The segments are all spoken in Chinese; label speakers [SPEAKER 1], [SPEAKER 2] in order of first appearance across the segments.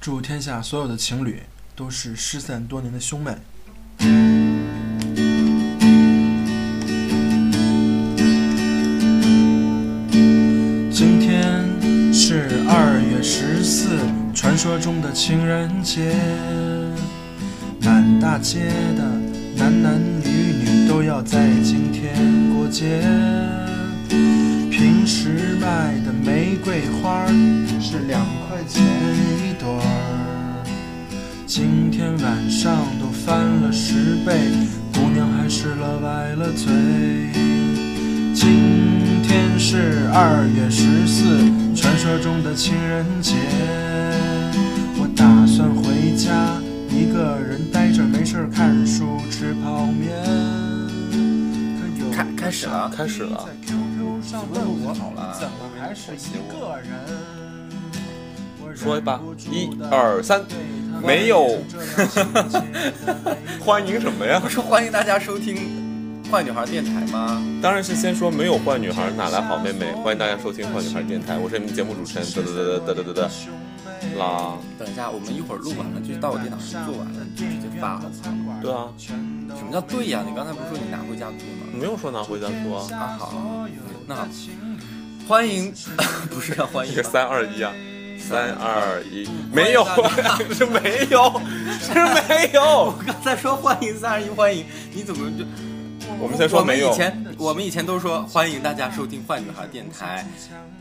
[SPEAKER 1] 祝天下所有的情侣都是失散多年的兄妹。今天是二月十四，传说中的情人节，满大街的男男女女都要在今天过节。平时卖的玫瑰花儿是两块钱一朵儿，今天晚上都翻了十倍，姑娘还是了歪了嘴。今天是二月十四，传说中的情人节。我打算回家，一个人呆着没事儿看书吃泡面。可有
[SPEAKER 2] 开开始了
[SPEAKER 3] 开始了
[SPEAKER 1] 在 QQ 上问我怎么还是一个人？
[SPEAKER 3] 说吧一二三没有。欢迎什么呀
[SPEAKER 2] 不？是欢迎大家收听《坏女孩电台》吗？
[SPEAKER 3] 当然是先说没有坏女孩哪来好妹妹。欢迎大家收听坏女孩电台，我是你们节目主持人嘚嘚嘚嘚嘚嘚嘚啦。
[SPEAKER 2] 等一下，我们一会儿录完了就到我电脑上做完了，就直接发了。
[SPEAKER 3] 对啊，
[SPEAKER 2] 什么叫对呀、你刚才不是说你拿回家做吗？
[SPEAKER 3] 没有说拿回家做啊，
[SPEAKER 2] 啊好，那好欢迎， 不是要欢
[SPEAKER 3] 一
[SPEAKER 2] 迎
[SPEAKER 3] 个
[SPEAKER 2] 吧
[SPEAKER 3] 三二一啊，三二一，没有，啊是没有，是 没有。
[SPEAKER 2] 我刚才说欢迎三二一欢迎，你怎么就？
[SPEAKER 3] 我们先说没有
[SPEAKER 2] 我们以前我们以前都说欢迎大家收听《坏女孩电台》，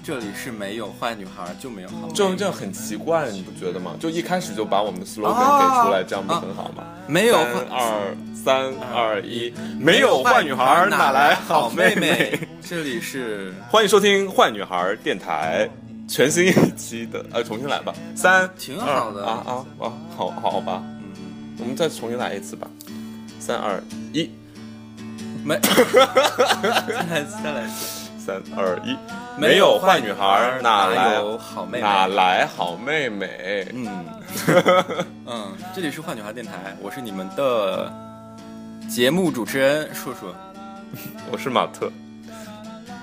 [SPEAKER 2] 这里是没有坏女孩就没有好妹妹。
[SPEAKER 3] 这这很奇怪，你不觉得吗？就一开始就把我们的 slogan 给出来，这样不很好吗？
[SPEAKER 2] 没有
[SPEAKER 3] 三
[SPEAKER 2] 坏
[SPEAKER 3] 二三二一，啊没有坏女孩哪来好妹妹？？
[SPEAKER 2] 这里是
[SPEAKER 3] 欢迎收听坏女孩电台，全新一期的，呃，重新来吧，三，
[SPEAKER 2] 挺好的
[SPEAKER 3] 二啊啊啊，好好好吧，
[SPEAKER 2] 嗯
[SPEAKER 3] 我们再重新来一次吧，三二一，
[SPEAKER 2] 没，再来一次再来一次，
[SPEAKER 3] 三二一， 没有坏女孩哪来
[SPEAKER 2] 有好妹妹？
[SPEAKER 3] 哪来好妹妹？
[SPEAKER 2] 嗯嗯，这里是坏女孩电台，我是你们的节目主持人硕硕。
[SPEAKER 3] 我是马特。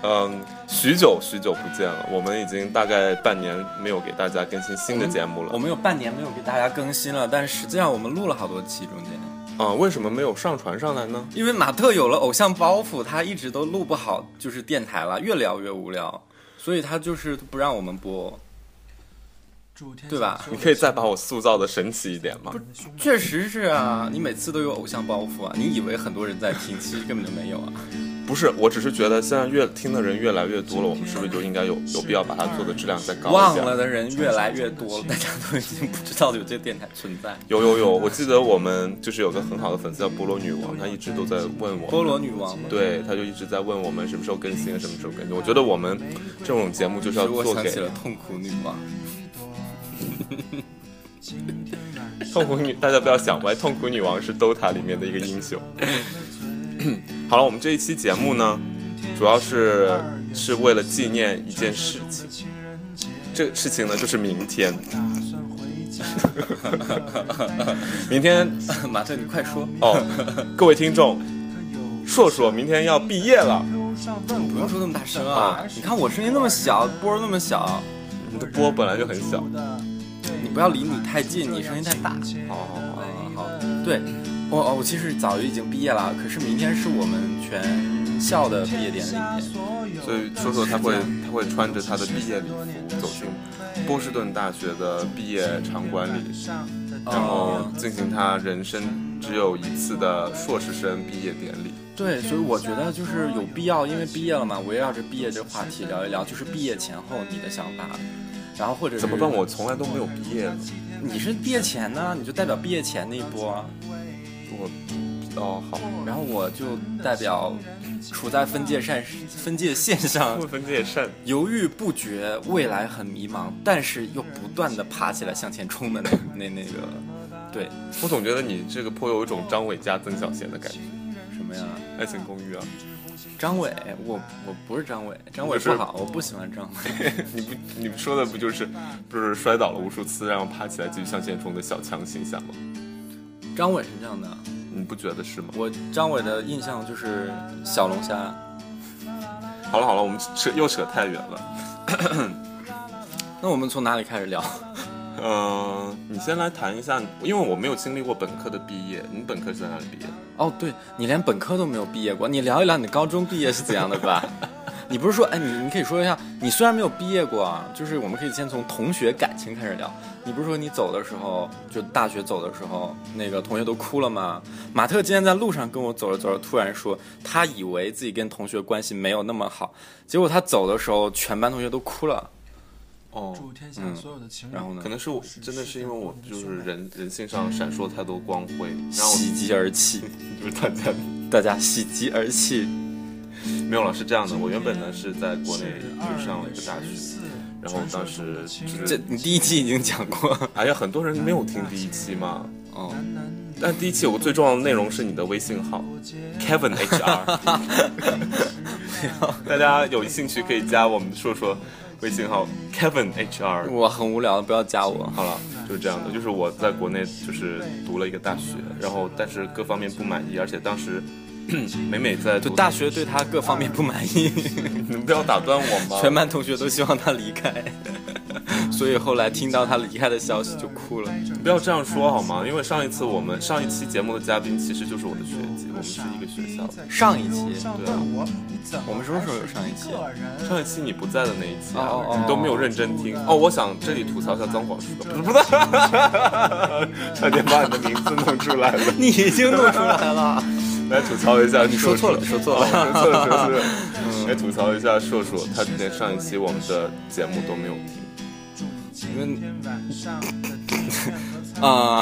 [SPEAKER 3] 嗯，许久许久不见了，我们已经大概半年没有给大家更新新的节目
[SPEAKER 2] 嗯我
[SPEAKER 3] 了。
[SPEAKER 2] 们有半年没有给大家更新了，但实际上我们录了好多期中间，
[SPEAKER 3] 嗯，为什么没有上传上来呢？
[SPEAKER 2] 因为马特有了偶像包袱，他一直都录不好，就是电台了，越聊越无聊，所以他就是不让我们播。对吧
[SPEAKER 3] 你可以再把我塑造的神奇一点吗？
[SPEAKER 2] 确实是啊，你每次都有偶像包袱啊，你以为很多人在听，其实根本就没有啊。
[SPEAKER 3] 不是，我只是觉得现在越听的人越来越多了，我们是不是就应该有有必要把它做的质量再高 一
[SPEAKER 2] 忘
[SPEAKER 3] 点？
[SPEAKER 2] 了的人越来越多了，大家都已经不知道有这电台存在。
[SPEAKER 3] 有有有，我记得我们就是有个很好的粉丝叫菠萝女王，她一直都在问我，
[SPEAKER 2] 菠萝女王吗？
[SPEAKER 3] 对，她就一直在问我们什么时候更新，什么时候更新。我觉得我们这种节目就是要
[SPEAKER 2] 使我
[SPEAKER 3] 做
[SPEAKER 2] 想
[SPEAKER 3] 给
[SPEAKER 2] 起了痛苦女王。
[SPEAKER 3] 痛苦女，大家不要想歪，痛苦女王是 DOTA 里面的一个英雄。 好了，我们这一期节目呢，主要是是为了纪念一件事情。这个事情呢，就是明天，明天
[SPEAKER 2] 马特，你快说，
[SPEAKER 3] 哦，各位听众，硕硕明天要毕业了，
[SPEAKER 2] 不用说那么大声啊！你看我声音那么小，波儿那么小，
[SPEAKER 3] 你的波本来就很小。
[SPEAKER 2] 你不要离你太近，你声音太大。
[SPEAKER 3] 好好好
[SPEAKER 2] 啊，好，对，我哦，我其实早就已经毕业了，可是明天是我们全校的毕业典礼。
[SPEAKER 3] 所以说说他会他会穿着他的毕业礼服走进波士顿大学的毕业场馆里，然后进行他人生只有一次的硕士生毕业典礼。
[SPEAKER 2] 对，所以我觉得就是有必要，因为毕业了嘛，围绕着毕业这话题聊一聊，就是毕业前后你的想法，然后或者是
[SPEAKER 3] 怎么办？我从来都没有毕业呢。
[SPEAKER 2] 你是毕业前呢，你就代表毕业前那一波啊，
[SPEAKER 3] 我哦好，
[SPEAKER 2] 然后我就代表处在分界线分界线上
[SPEAKER 3] 过分界善。
[SPEAKER 2] 犹豫不决，未来很迷茫，但是又不断的爬起来向前冲的那那那个，对，
[SPEAKER 3] 我总觉得你这个颇有一种张伟加曾小贤的感觉，
[SPEAKER 2] 什么呀？
[SPEAKER 3] 《爱情公寓》啊。
[SPEAKER 2] 张伟，我我不是张伟，张伟
[SPEAKER 3] 你就是
[SPEAKER 2] 不好，我不喜欢张伟。
[SPEAKER 3] 你不你们说的不就是不是摔倒了无数次，然后爬起来继续向前冲的小强形象吗？
[SPEAKER 2] 张伟是这样的，
[SPEAKER 3] 你不觉得是吗？
[SPEAKER 2] 我张伟的印象就是小龙虾。
[SPEAKER 3] 好了好了，我们扯又扯太远了。
[SPEAKER 2] 那我们从哪里开始聊？
[SPEAKER 3] 嗯、呃，你先来谈一下，因为我没有经历过本科的毕业，你本科是在哪里毕业？
[SPEAKER 2] 哦，对你连本科都没有毕业过，你聊一聊你高中毕业是怎样的 吧？你不是说，哎，你你可以说一下，你虽然没有毕业过啊，就是我们可以先从同学感情开始聊。你不是说你走的时候，就大学走的时候，那个同学都哭了吗？马特今天在路上跟我走着走着，突然说，他以为自己跟同学关系没有那么好，结果他走的时候，全班同学都哭了。
[SPEAKER 3] 哦，
[SPEAKER 2] 嗯，然后呢？
[SPEAKER 3] 可能是我真的是因为我就是人人性上闪烁太多光辉，然后
[SPEAKER 2] 喜极而泣，
[SPEAKER 3] 就是大家
[SPEAKER 2] 大家喜极而泣。
[SPEAKER 3] 没有了，是这样的，我原本呢是在国内就是上了一个大学，然后当时就是
[SPEAKER 2] 这你第一期已经讲过，
[SPEAKER 3] 哎呀，很多人没有听第一期嘛，哦，但第一期有个最重要的内容是你的微信号，Kevin HR，大家有兴趣可以加我们说说。微信号 Kevin HR，
[SPEAKER 2] 我很无聊，不要加我。
[SPEAKER 3] 好了，就是这样的，就是我在国内就是读了一个大学，然后但是各方面不满意，而且当时 每每在
[SPEAKER 2] 就大学对他各方面不满 意，
[SPEAKER 3] 你们不要打断我吗？
[SPEAKER 2] 全班同学都希望他离 开，所以后来听到他离开的消息就哭了。
[SPEAKER 3] 不要这样说好吗？因为上一次我们上一期节目的嘉宾其实就是我的学姐，我们是一个学校的。
[SPEAKER 2] 上一期
[SPEAKER 3] 对、啊。
[SPEAKER 2] 我们什么时候有上一期？
[SPEAKER 3] 上一期你不在的那一期、
[SPEAKER 2] 啊，
[SPEAKER 3] 哦哦哦你都没有认真听。哦，我想这里吐槽一下脏话，不不 不，差点把你的名字弄出来了。
[SPEAKER 2] 你已经弄出来了。
[SPEAKER 3] 来吐槽一下，
[SPEAKER 2] 你说错了，
[SPEAKER 3] 说
[SPEAKER 2] 错了，
[SPEAKER 3] 说错了，说错了。来吐槽一下硕硕，他连上一期我们的节目都没有听。
[SPEAKER 2] 因为啊，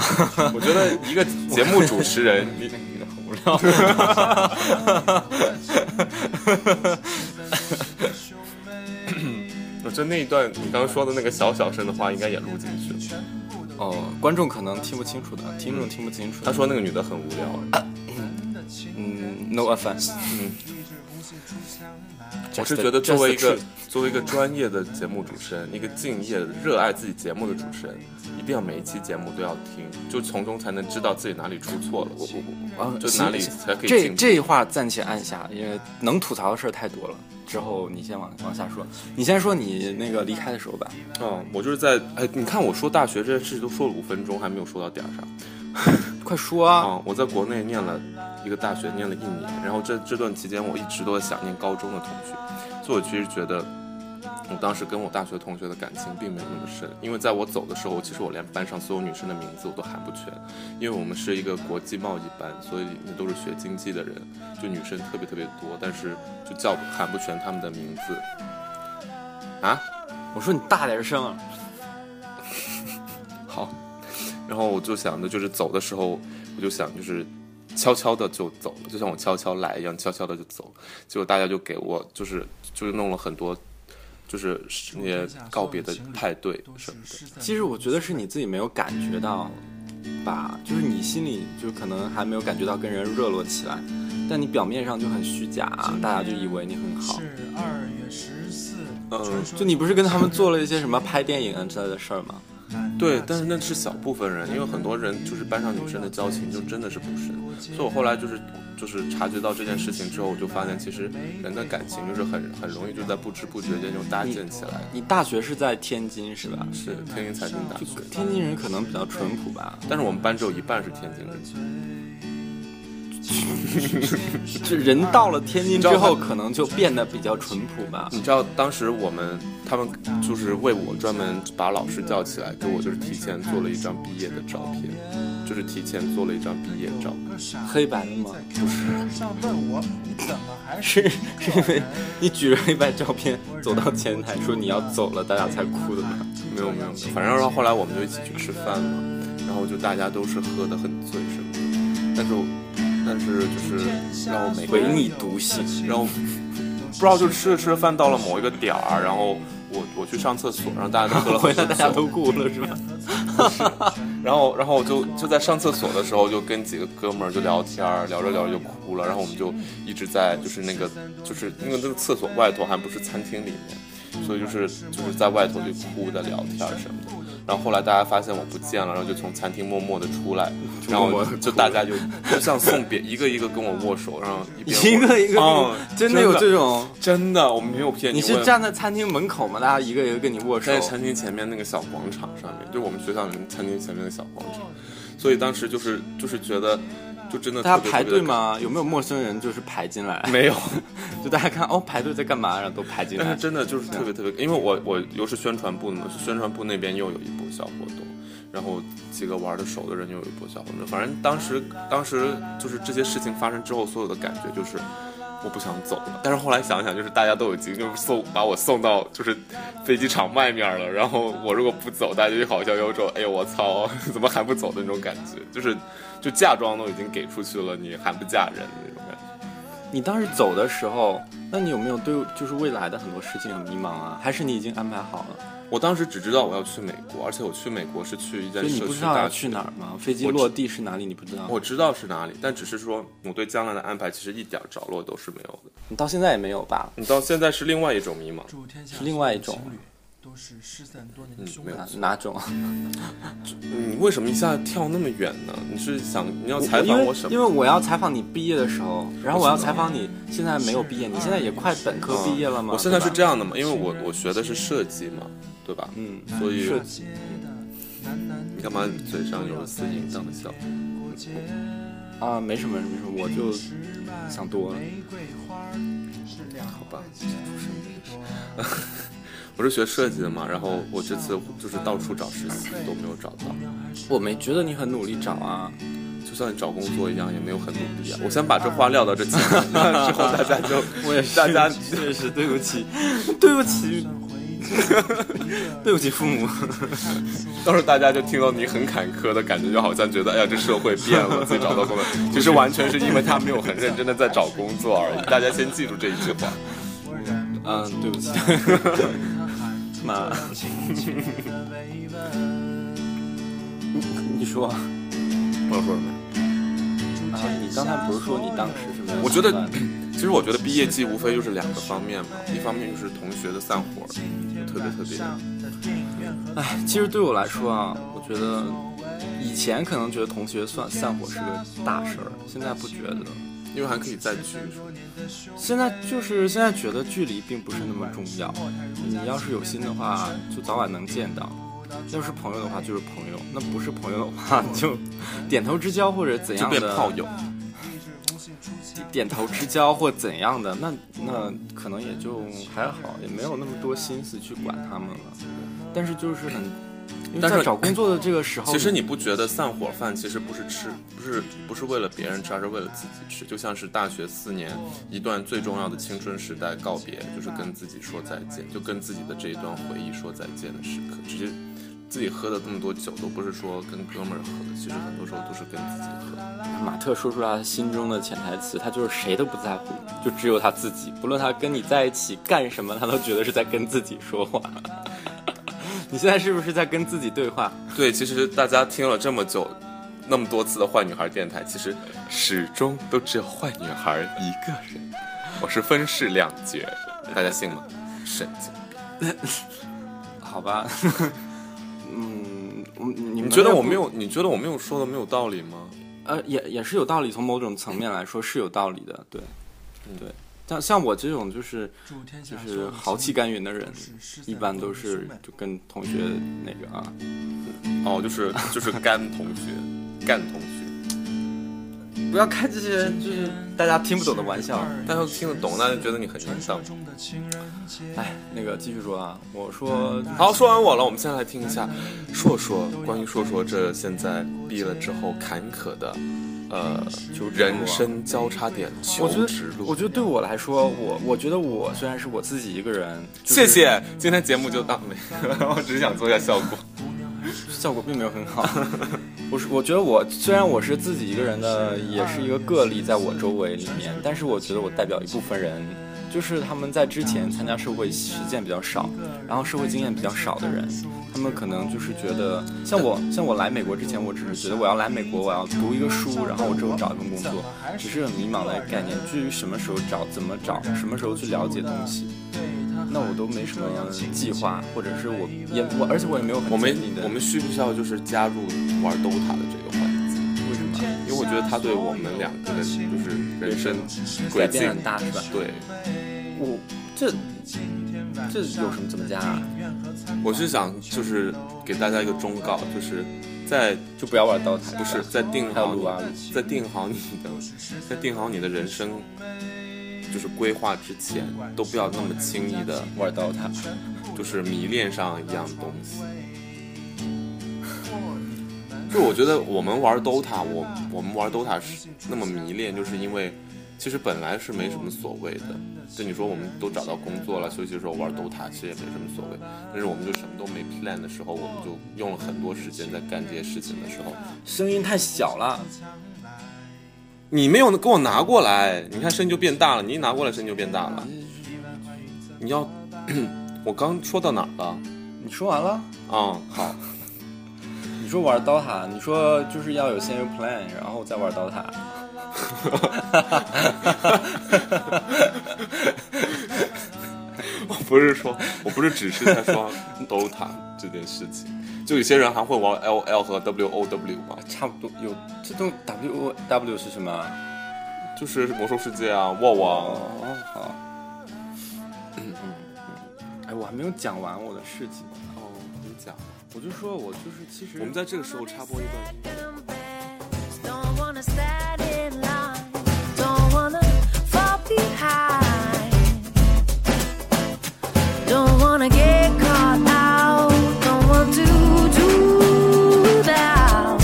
[SPEAKER 3] 我觉得一个节目主持人，你
[SPEAKER 2] 你很无聊。
[SPEAKER 3] 我觉得那一段你刚刚说的那个小小声的话，应该也录进去了。
[SPEAKER 2] 哦，观众可能听不清楚的，听众听不清楚。
[SPEAKER 3] 他说那个女的很无聊。
[SPEAKER 2] 嗯，no offense。
[SPEAKER 3] 嗯，我是觉得作为一个作为一个专业的节目主持人，一个敬业、热爱自己节目的主持人，一定要每一期节目都要听，就从中才能知道自己哪里出错了。我我啊我，就哪里才可以。
[SPEAKER 2] 这这话暂且按下，因为能吐槽的事儿太多了。之后你先往往下说，你先说你那个离开的时候吧。
[SPEAKER 3] 嗯，我就是在哎，你看我说大学这件事都说了五分钟，还没有说到点儿上。
[SPEAKER 2] 快说啊！
[SPEAKER 3] 嗯，我在国内念了一个大学，念了一年，然后这这段期间我一直都在想念高中的同学，所以我其实觉得我当时跟我大学同学的感情并没有那么深，因为在我走的时候，其实我连班上所有女生的名字我都喊不全，因为我们是一个国际贸易班，所以那都是学经济的人，就女生特别特别多，但是就叫喊不全她们的名字。啊，
[SPEAKER 2] 我说你大点声、啊。
[SPEAKER 3] 好。 然后我就想着，就是走的时候，我就想就是悄悄的就走了，就像我悄悄来一样，悄悄的就走。结果大家就给我就是就是弄了很多，就是那些告别的派对什么的。
[SPEAKER 2] 其实我觉得是你自己没有感觉到吧，就是你心里就可能还没有感觉到跟人热络起来，但你表面上就很虚假、啊，大家就以为你很好。
[SPEAKER 3] 嗯，
[SPEAKER 2] 就你不是跟他们做了一些什么拍电影啊之类的事儿吗？
[SPEAKER 1] 嗯
[SPEAKER 3] 对，但是那是小部分人，因为很多人就是班上女生的交情就真的是不深，所以我后来就是就是察觉到这件事情之后，我就发现其实人的感情就是很很容易就在不知不觉间就搭建起来
[SPEAKER 2] 你。你大学是在天津是吧？
[SPEAKER 3] 是天津财经大学。
[SPEAKER 2] 天津人可能比较淳朴吧，
[SPEAKER 3] 但是我们班只有一半是天津人。
[SPEAKER 2] 这人到了天津之后，可能就变得比较淳朴吧。
[SPEAKER 3] 你知道当时我们他们就是为我专门把老师叫起来，给我就是提前做了一张毕业的照片，就是提前做了一张毕业照。
[SPEAKER 2] 黑白的吗？
[SPEAKER 3] 不
[SPEAKER 2] 是，是是因为你举着黑白照片走到前台说你要走了，大家才哭的吗？
[SPEAKER 3] 没有没有，反正后后来我们就一起去吃饭嘛，然后就大家都是喝的很醉什么的，但是。但是就是让我每
[SPEAKER 2] 唯你独醒，
[SPEAKER 3] 然后不知道就吃着吃着饭到了某一个点儿，啊然后我我去上厕所，然后大家都喝了
[SPEAKER 2] 回来，大家都哭了是吧？
[SPEAKER 3] 然后然后我就就在上厕所的时候就跟几个哥们儿就聊天儿，聊着聊着就哭了，然后我们就一直在就是那个就是因为那个厕所外头还不是餐厅里面，所以就是就是在外头就哭在聊天什么的。然后后来大家发现我不见了，然后就从餐厅默默的出来，然后就大家就就像送别，一个一个跟我握手，然后 一边
[SPEAKER 2] 一个一个跟我
[SPEAKER 3] 嗯，
[SPEAKER 2] 哦真的有这种
[SPEAKER 3] 真的，我没有骗
[SPEAKER 2] 你是
[SPEAKER 3] 问
[SPEAKER 2] 站在餐厅门口吗？大家一个一个跟你握手
[SPEAKER 3] 在，餐厅前面那个小广场上面，就我们学校里面餐厅前面的小广场，所以当时就是就是觉得，就真的
[SPEAKER 2] 大家
[SPEAKER 3] 特别
[SPEAKER 2] 排队？
[SPEAKER 3] 特别
[SPEAKER 2] 吗？有没有陌生人就是排进来？
[SPEAKER 3] 感 没有，
[SPEAKER 2] 就大家看哦，排队在干嘛？然后都排进
[SPEAKER 3] 但是
[SPEAKER 2] 来。
[SPEAKER 3] 真的就是特别特别，因为我我又是宣传部的嘛，宣传部那边又有一波小活动，然后几个玩的熟的人又有一波小活动，反正当时当时就是这些事情发生之后，所有的感觉就是。我不想走了，但是后来想想，就是大家都已经就是送把我送到就是飞机场外面了，然后我如果不走，大家就好像有种哎呦我操， 怎么还不走的那种感觉，就是就嫁妆都已经给出去了，你还不嫁人的那种感觉。
[SPEAKER 2] 你当时走的时候，那你有没有对就是未来的很多事情很迷茫啊？还是你已经安排好了？
[SPEAKER 3] 我当时只知道我要去美国，而且我去美国是去一
[SPEAKER 2] 所
[SPEAKER 3] 间
[SPEAKER 2] 以你
[SPEAKER 3] 社
[SPEAKER 2] 不
[SPEAKER 3] 区
[SPEAKER 2] 知道
[SPEAKER 3] 大
[SPEAKER 2] 要
[SPEAKER 3] 学
[SPEAKER 2] 去哪儿吗？飞机
[SPEAKER 3] 我知
[SPEAKER 2] 落地是哪里？你不知道？
[SPEAKER 3] 我知道是哪里，但只是说我对将来的安排其实一点着落都是没有的。
[SPEAKER 2] 你到现在也没有吧？
[SPEAKER 3] 你到现在是另外一种迷茫，
[SPEAKER 1] 祝天下
[SPEAKER 2] 是另外一种
[SPEAKER 1] 情侣都是失散多年的
[SPEAKER 3] 嗯
[SPEAKER 1] 兄
[SPEAKER 3] 没
[SPEAKER 1] 弟
[SPEAKER 3] 有。
[SPEAKER 2] 哪哪种？啊
[SPEAKER 3] 嗯你为什么一下跳那么远呢？你是想你要采
[SPEAKER 2] 因
[SPEAKER 3] 访
[SPEAKER 2] 为
[SPEAKER 3] 我什
[SPEAKER 2] 因
[SPEAKER 3] 么？
[SPEAKER 2] 为我要采访你毕业的时候，然后我要采访你现在没有毕业，你现在也快本科毕业了吗？
[SPEAKER 3] 我现在是
[SPEAKER 2] 对吧
[SPEAKER 3] 这样的嘛，因为我我学的是设计嘛，对吧？
[SPEAKER 2] 嗯，
[SPEAKER 3] 所以
[SPEAKER 2] 是
[SPEAKER 3] 你干嘛嘴上有丝淫荡的笑？
[SPEAKER 2] 啊、没什么没什么，我就想多了。啊
[SPEAKER 1] 好
[SPEAKER 3] 吧。我是学设计的嘛，然后我这次就是到处找实习都没有找到，
[SPEAKER 2] 我没觉得你很努力找啊，
[SPEAKER 3] 就像你找工作一样，也没有很努力啊。我先把这话撂到这前面， 之后大家就
[SPEAKER 2] 我也是，
[SPEAKER 3] 大家
[SPEAKER 2] 确实对不起， 对不 起，对不起父母。
[SPEAKER 3] 到时候大家就听到你很坎坷的感觉，就好像觉得哎呀，这社会变了，自己找 到工作，其实完全是因为他没有很认真的在找工作而 已。大家先记住这一句话。
[SPEAKER 2] 嗯，对不起， 妈， 你说啊，
[SPEAKER 3] 我说什么？
[SPEAKER 2] 你刚才不是说你当时是没有？
[SPEAKER 3] 我觉得，其实我觉得毕业季无非就是两个方面嘛，一方面就是同学的散伙，就特别特别。
[SPEAKER 2] 哎，其实对我来说啊，我觉得以前可能觉得同学算散伙是个大事儿，现在不觉得。
[SPEAKER 3] 因为还可以再聚，
[SPEAKER 2] 现在就是现在觉得距离并不是那么重要，你要是有心的话，就早晚能见到；要是朋友的话，就是朋友；那不是朋友的话，就点头之交或者怎
[SPEAKER 3] 就
[SPEAKER 2] 样
[SPEAKER 3] 变
[SPEAKER 2] 的
[SPEAKER 3] 炮友。
[SPEAKER 2] 点头之交或怎样的，那那可能也就还好，也没有那么多心思去管他们了。但是就是很，因为
[SPEAKER 3] 但是
[SPEAKER 2] 在找工作的这个时候，
[SPEAKER 3] 其实你不觉得散伙饭其实不是吃，不是不是为了别人吃，而是为了自己吃。就像是大学四年一段最重要的青春时代告别，就是跟自己说再见，就跟自己的这一段回忆说再见的时刻。直接自己喝的那么多酒，都不是说跟哥们儿喝，其实很多时候都是跟自己喝。
[SPEAKER 2] 马特说出了他心中的潜台词，他就是谁都不在乎，就只有他自己。不论他跟你在一起干什么，他都觉得是在跟自己说话。 你现在是不是在跟自己对话？
[SPEAKER 3] 对，其实大家听了这么久。那么多次的坏女孩电台，其实始终都只有坏女孩一个人。我是分饰两角，大家信吗？神经。
[SPEAKER 2] 好吧，嗯，我你
[SPEAKER 3] 你
[SPEAKER 2] 们
[SPEAKER 3] 觉得
[SPEAKER 2] 要
[SPEAKER 3] 我
[SPEAKER 2] 不
[SPEAKER 3] 没有？你觉得我没有说的没有道理吗？
[SPEAKER 2] 呃，也也是有道理，从某种层面来说是有道理的，对，对。像像我这种就是就是豪气干云的人，一般都是就跟同学那个啊，
[SPEAKER 3] 哦，就是就是干同学，干同学，
[SPEAKER 2] 不要开这些就是大家听不懂的玩笑。
[SPEAKER 3] 但要听得懂，那就觉得你很淫荡。
[SPEAKER 2] 哎，那个继续说啊，我说
[SPEAKER 3] 好，说完我了，我们现在来听一下硕硕关于硕硕这现在毕了之后坎坷的，呃，就人生交叉点求
[SPEAKER 2] 我觉得
[SPEAKER 3] 职，路
[SPEAKER 2] 我。觉得对我来说，我我觉得我虽然是我自己一个人，就是
[SPEAKER 3] 谢谢，今天节目就到没， 我只是想做一下效果。
[SPEAKER 2] 效果并没有很好。 我是我觉得我虽然我是自己一个人的，也是一个个例，在我周围里面，但是我觉得我代表一部分人，就是他们在之前参加社会实践比较少，然后社会经验比较少的人，他们可能就是觉得，像我像我来美国之前，我只是觉得我要来美国，我要读一个书，然后我之后找一份工作，只是很迷茫的概念，至于什么时候找、怎么找、什么时候去了解东西。那我都没什么计划，或者是我也我，而且我也没有很
[SPEAKER 3] 我们
[SPEAKER 2] 坚定的
[SPEAKER 3] 我们需不需要就是加入玩 DOTA 的这个环节？啊
[SPEAKER 2] 为什么
[SPEAKER 3] 因为我觉得它对我们两个的就是人生轨
[SPEAKER 2] 改
[SPEAKER 3] 迹
[SPEAKER 2] 变很大是吧？
[SPEAKER 3] 对，
[SPEAKER 2] 我这这有什么怎么加啊？
[SPEAKER 3] 我是想就是给大家一个忠告，就是在
[SPEAKER 2] 就不要玩刀塔，
[SPEAKER 3] 不是在定
[SPEAKER 2] 还有
[SPEAKER 3] 好
[SPEAKER 2] 撸啊
[SPEAKER 3] 你，在定好你的，在定好你的人生就是规划之前，都不要那么轻易的
[SPEAKER 2] 玩刀塔，
[SPEAKER 3] 就是迷恋上一样东西。就我觉得我们玩 DOTA，我我们玩 DOTA 是那么迷恋，就是因为其实本来是没什么所谓的。就你说我们都找到工作了，休息的时候玩 DOTA 其实也没什么所谓。但是我们就什么都没 plan 的时候，我们就用了很多时间在干这些事情的时候，
[SPEAKER 2] 声音太小了，
[SPEAKER 3] 你没有给我拿过来，你看声音就变大了，你一拿过来声音就变大了。你要， 我刚说到哪儿了？
[SPEAKER 2] 你说完了。
[SPEAKER 3] 啊、好，
[SPEAKER 2] 你说玩刀塔，你说就是要有先有 plan，然后再玩刀塔。
[SPEAKER 3] 我不是说，我不是只是在说 DOTA 这件事情，就有些人还会玩 LL 和 WOW 嘛，
[SPEAKER 2] 差不多有这都 W O W 是什么啊？
[SPEAKER 3] 就是魔兽世界啊、WoW 啊，
[SPEAKER 2] 哦，好。哎，我还没有讲完我的事情，
[SPEAKER 3] 哦，你讲，
[SPEAKER 2] 我就说我就是其实
[SPEAKER 3] 我们在这个时候插播一段。
[SPEAKER 4] Don't wanna stand in line, don't wanna fall behind. Don't wanna get caught out, don't want to do that.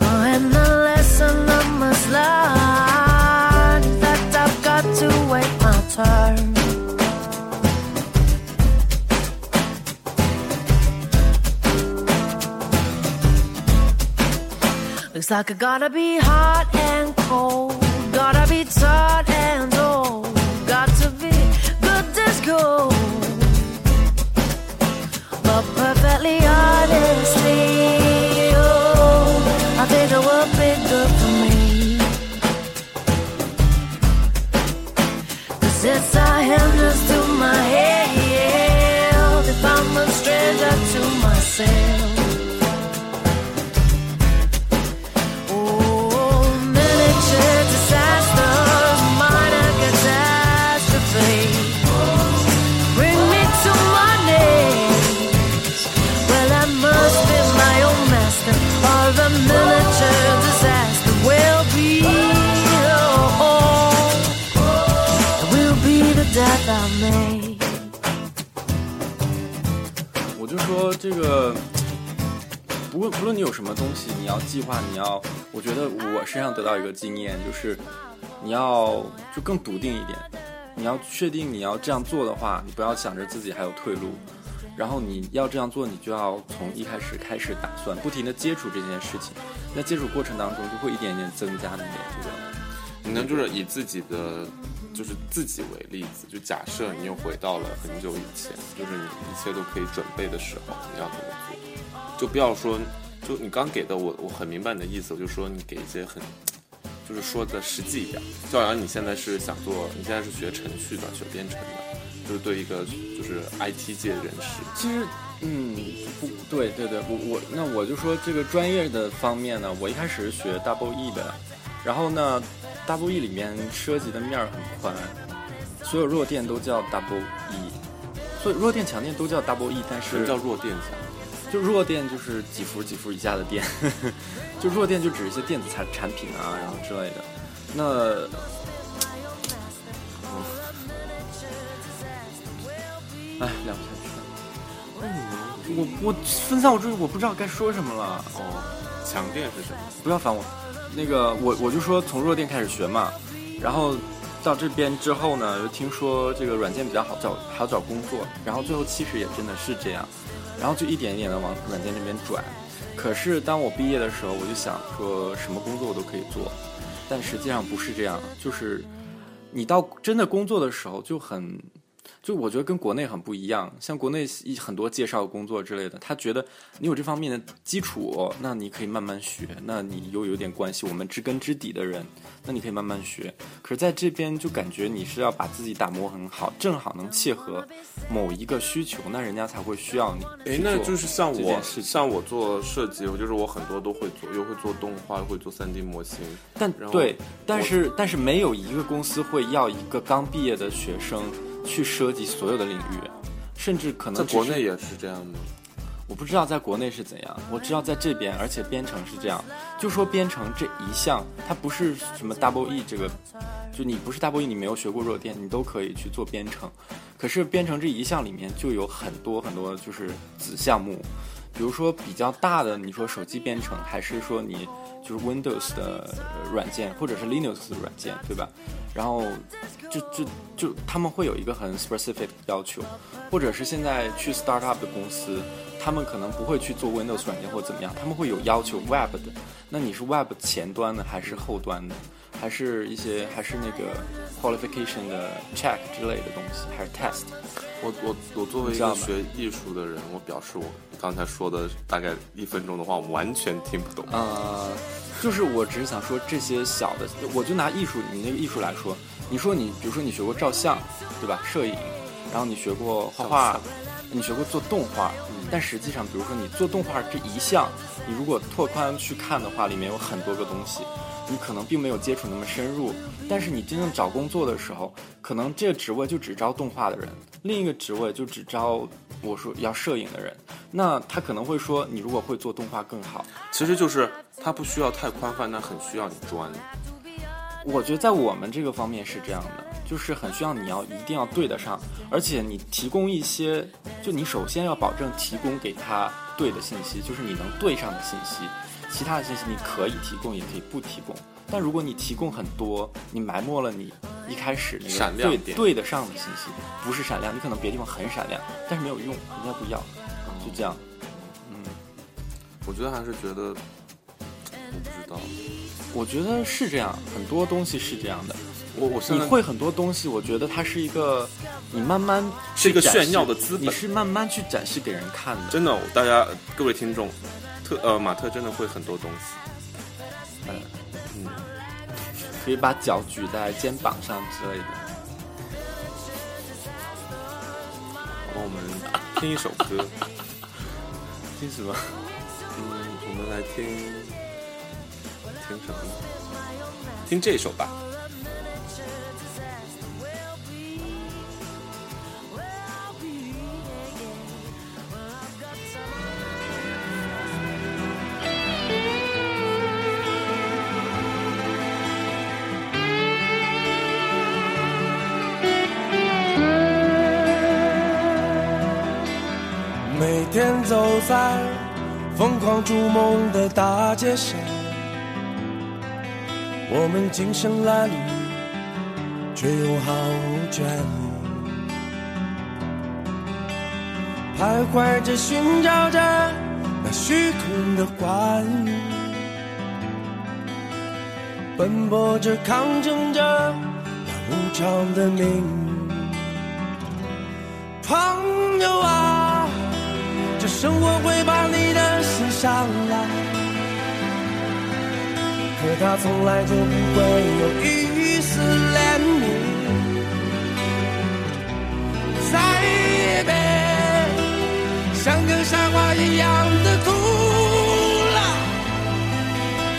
[SPEAKER 4] Oh, and the lesson I must learn that I've got to wait my turn. Looks like I gotta be hot and cold, gotta be tired and old, got to be good disco. But perfectly honestly, oh, I think the world be good for me. Cause it's a hindrance to my health if I'm a stranger to myself. Oh, miniature disasters, minor catastrophe. Bring me to my knees. Well, I must be my own master, or a miniature disaster will be. Oh, oh. will be the death I made.
[SPEAKER 2] 我就说这个，不论不论你有什么东西，你要计划，你要，我觉得我身上得到一个经验，就是你要就更笃定一点，你要确定你要这样做的话，你不要想着自己还有退路，然后你要这样做，你就要从一开始开始打算，不停的接触这件事情，在接触过程当中就会一点一点增加你的这个。
[SPEAKER 3] 你能就是以自己的，就是自己为例子，就假设你又回到了很久以前，就是你一切都可以准备的时候，你要怎么做？就不要说，就你刚给的我，我很明白你的意思，我就说你给一些很，就是说的实际一点。就好像你现在是想做，你现在是学程序的，学编程的，就是对一个就是 IT 界人士，
[SPEAKER 2] 其实，嗯，不对，对对，我我那我就说这个专业的方面呢，我一开始是学 Double E 的，然后呢，Double E 里面涉及的面儿很宽，所有弱电都叫 Double E，所以弱电强电都叫 Double E，但
[SPEAKER 3] 什
[SPEAKER 2] 是
[SPEAKER 3] 么叫弱电侠？
[SPEAKER 2] 就弱电就是几伏几伏以下的电， 就弱电就指一些电子产产品啊，然后之类的。那哦哎，聊不下去了。哎我我分散我注意，我不知道该说什么了。
[SPEAKER 3] 哦，强电是什么？
[SPEAKER 2] 不要烦我。那个，我我就说从弱电开始学嘛，然后到这边之后呢，就听说这个软件比较好找，好找工作，然后最后其实也真的是这样，然后就一点一点的往软件这边转。可是当我毕业的时候，我就想说什么工作我都可以做，但实际上不是这样，就是你到真的工作的时候就很就我觉得跟国内很不一样，像国内一很多介绍工作之类的，他觉得你有这方面的基础，那你可以慢慢学，那你又有点关系，我们知根知底的人，那你可以慢慢学。可是在这边就感觉你是要把自己打磨很好，正好能切合某一个需求，那人家才会需要你去做。
[SPEAKER 3] 哎，那就是像
[SPEAKER 2] 这
[SPEAKER 3] 我
[SPEAKER 2] 件事情
[SPEAKER 3] 像我做设计，我就是我很多都会做，又会做动画，又会做 3D 模型。
[SPEAKER 2] 但
[SPEAKER 3] 然后
[SPEAKER 2] 对，
[SPEAKER 3] 我
[SPEAKER 2] 但是但是没有一个公司会要一个刚毕业的学生去涉及所有的领域，甚至可
[SPEAKER 3] 在
[SPEAKER 2] 能
[SPEAKER 3] 国
[SPEAKER 2] 只是
[SPEAKER 3] 内也是这样吗？
[SPEAKER 2] 我不知道在国内是怎样，我知道在这边，而且编程是这样，就说编程这一项，它不是什么 Double E 这个，就你不是 Double E，你没有学过弱电，你都可以去做编程。可是编程这一项里面就有很多很多就是子项目，比如说比较大的，你说手机编程，还是说你就是 Windows 的呃软件，或者是 Linux 的软件，对吧？然后就就就他们会有一个很 specific 的要求，或者是现在去 startup 的公司，他们可能不会去做 Windows 软件或怎么样，他们会有要求 Web 的。那你是 Web 前端的还是后端的，还是一些还是那个 qualification 的 check 之类的东西，还是 test？
[SPEAKER 3] 我我我作为
[SPEAKER 2] 你
[SPEAKER 3] 一
[SPEAKER 2] 知道
[SPEAKER 3] 个
[SPEAKER 2] 吗
[SPEAKER 3] 学艺术的人，我表示我刚才说的大概一分钟的话，我完全听不懂。
[SPEAKER 2] 呃，就是我只是想说这些小的，我就拿艺术你那个艺术来说，你说你比如说你学过照相，对吧？摄影，然后你学过画画
[SPEAKER 3] 照，
[SPEAKER 2] 你学过做动画，但实际上，比如说你做动画这一项，你如果拓宽去看的话，里面有很多个东西。你可能并没有接触那么深入，但是你真正找工作的时候，可能这个职位就只招动画的人，另一个职位就只招我说要摄影的人。那他可能会说，你如果会做动画更好，
[SPEAKER 3] 其实就是它不需要太宽泛，但很需要你专。
[SPEAKER 2] 我觉得在我们这个方面是这样的，就是很需要你要一定要对得上，而且你提供一些，就你首先要保证提供给他对的信息，就是你能对上的信息，其他的信息你可以提供也可以不提供。但如果你提供很多，你埋没了你一开始那
[SPEAKER 3] 闪
[SPEAKER 2] 个
[SPEAKER 3] 亮
[SPEAKER 2] 对
[SPEAKER 3] 点
[SPEAKER 2] 对得上的信息，不是闪亮，你可能别的地方很闪亮，但是没有用，人家不要，就这样。
[SPEAKER 3] 我觉得还是觉得，我不知道，
[SPEAKER 2] 我觉得是这样，很多东西是这样的。
[SPEAKER 3] 我我现
[SPEAKER 2] 你
[SPEAKER 3] 在
[SPEAKER 2] 会很多东西，我觉得它是一个，你慢慢
[SPEAKER 3] 是一个
[SPEAKER 2] 去展示
[SPEAKER 3] 炫耀的资本
[SPEAKER 2] 你是慢慢去展示给人看的。
[SPEAKER 3] 真的，大家各位听众，特呃马特真的会很多东西。
[SPEAKER 2] 可以把脚举在肩膀上之类的。
[SPEAKER 3] 好吧，我们听一首歌，
[SPEAKER 2] 听什么？
[SPEAKER 3] 嗯，我们来听听什么呢？听这首吧。
[SPEAKER 1] 每天走在疯狂逐梦的大街上，我们精神褴褛，却又毫无倦意，徘徊着寻找着那虚空的欢愉，奔波着抗争着那无常的命运，朋友啊。这生活会把你的心伤了，可它从来就不会有一丝怜悯。再也别像个傻瓜一样的哭了，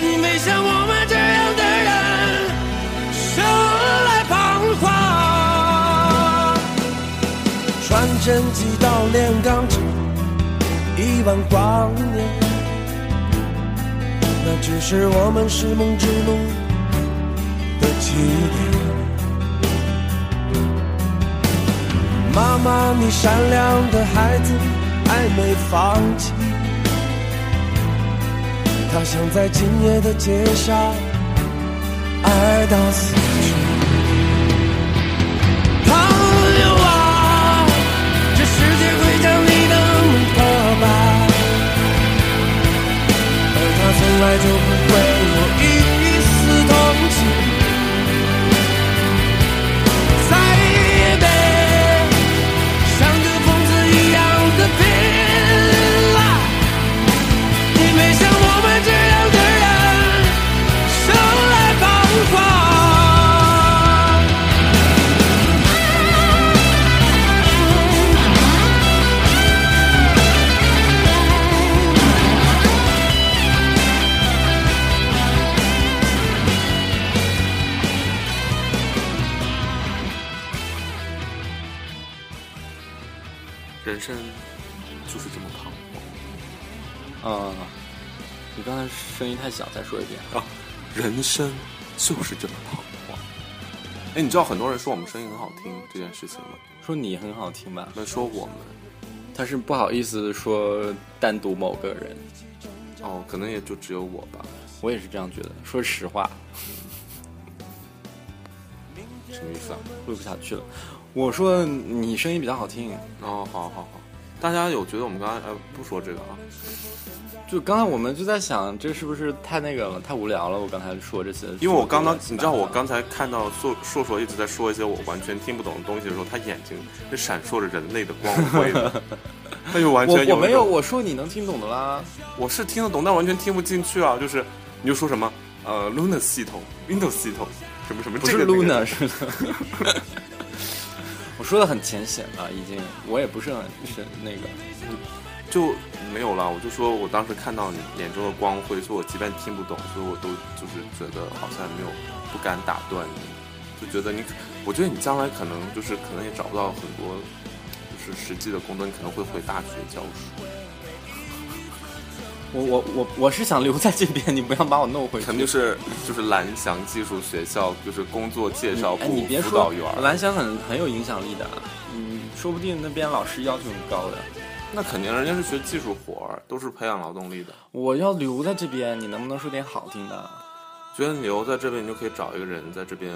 [SPEAKER 1] 因为像我们这样的人生来彷徨，穿针几刀炼钢成。一万光年，那只是我们是梦之路的起点。妈妈，你善良的孩子还没放弃，他想在今夜的街上爱到死去。朋友啊，这世界会将你的梦破败，而它从来就不会有一丝同情。再也别
[SPEAKER 3] 人生就是这么磅礴。
[SPEAKER 2] 嗯，你刚才声音太小，再说一遍。
[SPEAKER 3] 啊，人生就是这么彷徨。哎，你知道很多人说我们声音很好听这件事情吗？
[SPEAKER 2] 说你很好听吧，
[SPEAKER 3] 那说我们，
[SPEAKER 2] 但是不好意思说单独某个人，
[SPEAKER 3] 哦，可能也就只有我吧。
[SPEAKER 2] 我也是这样觉得。说实话，
[SPEAKER 3] 什么意思啊？
[SPEAKER 2] 录不下去了。我说你声音比较好听，
[SPEAKER 3] 哦，好好好，大家有觉得我们刚才呃不说这个啊？
[SPEAKER 2] 就刚才我们就在想，这是不是太那个了，太无聊了？我刚才说这些，
[SPEAKER 3] 因为我刚刚，你知道我刚才看到硕硕硕一直在说一些我完全听不懂的东西的时候，他眼睛是闪烁着人类的光辉的， 他就完
[SPEAKER 2] 我
[SPEAKER 3] 全
[SPEAKER 2] 我没
[SPEAKER 3] 有
[SPEAKER 2] 有，
[SPEAKER 3] 一种，
[SPEAKER 2] 我说你能听懂的啦。
[SPEAKER 3] 我是听得懂，但完全听不进去啊！就是你就说什么呃，Linux 系统、Windows 系统什么什么，
[SPEAKER 2] 不
[SPEAKER 3] 这
[SPEAKER 2] 是
[SPEAKER 3] 个那
[SPEAKER 2] Luna
[SPEAKER 3] 个
[SPEAKER 2] 是的。 我说的很浅显了，已经，我也不是很是那个。
[SPEAKER 3] 就没有了。我就说我当时看到你眼中的光辉，所以我即便听不懂，所以我都就是觉得好像没有不敢打断你，就觉得你，我觉得你将来可能就是可能也找不到很多就是实际的工作，你可能会回大学教书，
[SPEAKER 2] 我我我我是想留在这边，你不要把我弄回去。
[SPEAKER 3] 可能就是就是蓝翔技术学校就是工作介
[SPEAKER 2] 你
[SPEAKER 3] 绍
[SPEAKER 2] 哎，
[SPEAKER 3] 部
[SPEAKER 2] 你别
[SPEAKER 3] 辅
[SPEAKER 2] 说
[SPEAKER 3] 导员，，
[SPEAKER 2] 蓝翔很很有影响力的，嗯，说不定那边老师要求很高的。
[SPEAKER 3] 那肯定人家是学技术活儿，都是培养劳动力的。
[SPEAKER 2] 我要留在这边，你能不能说点好听的？啊
[SPEAKER 3] 觉得你留在这边，你就可以找一个人在这边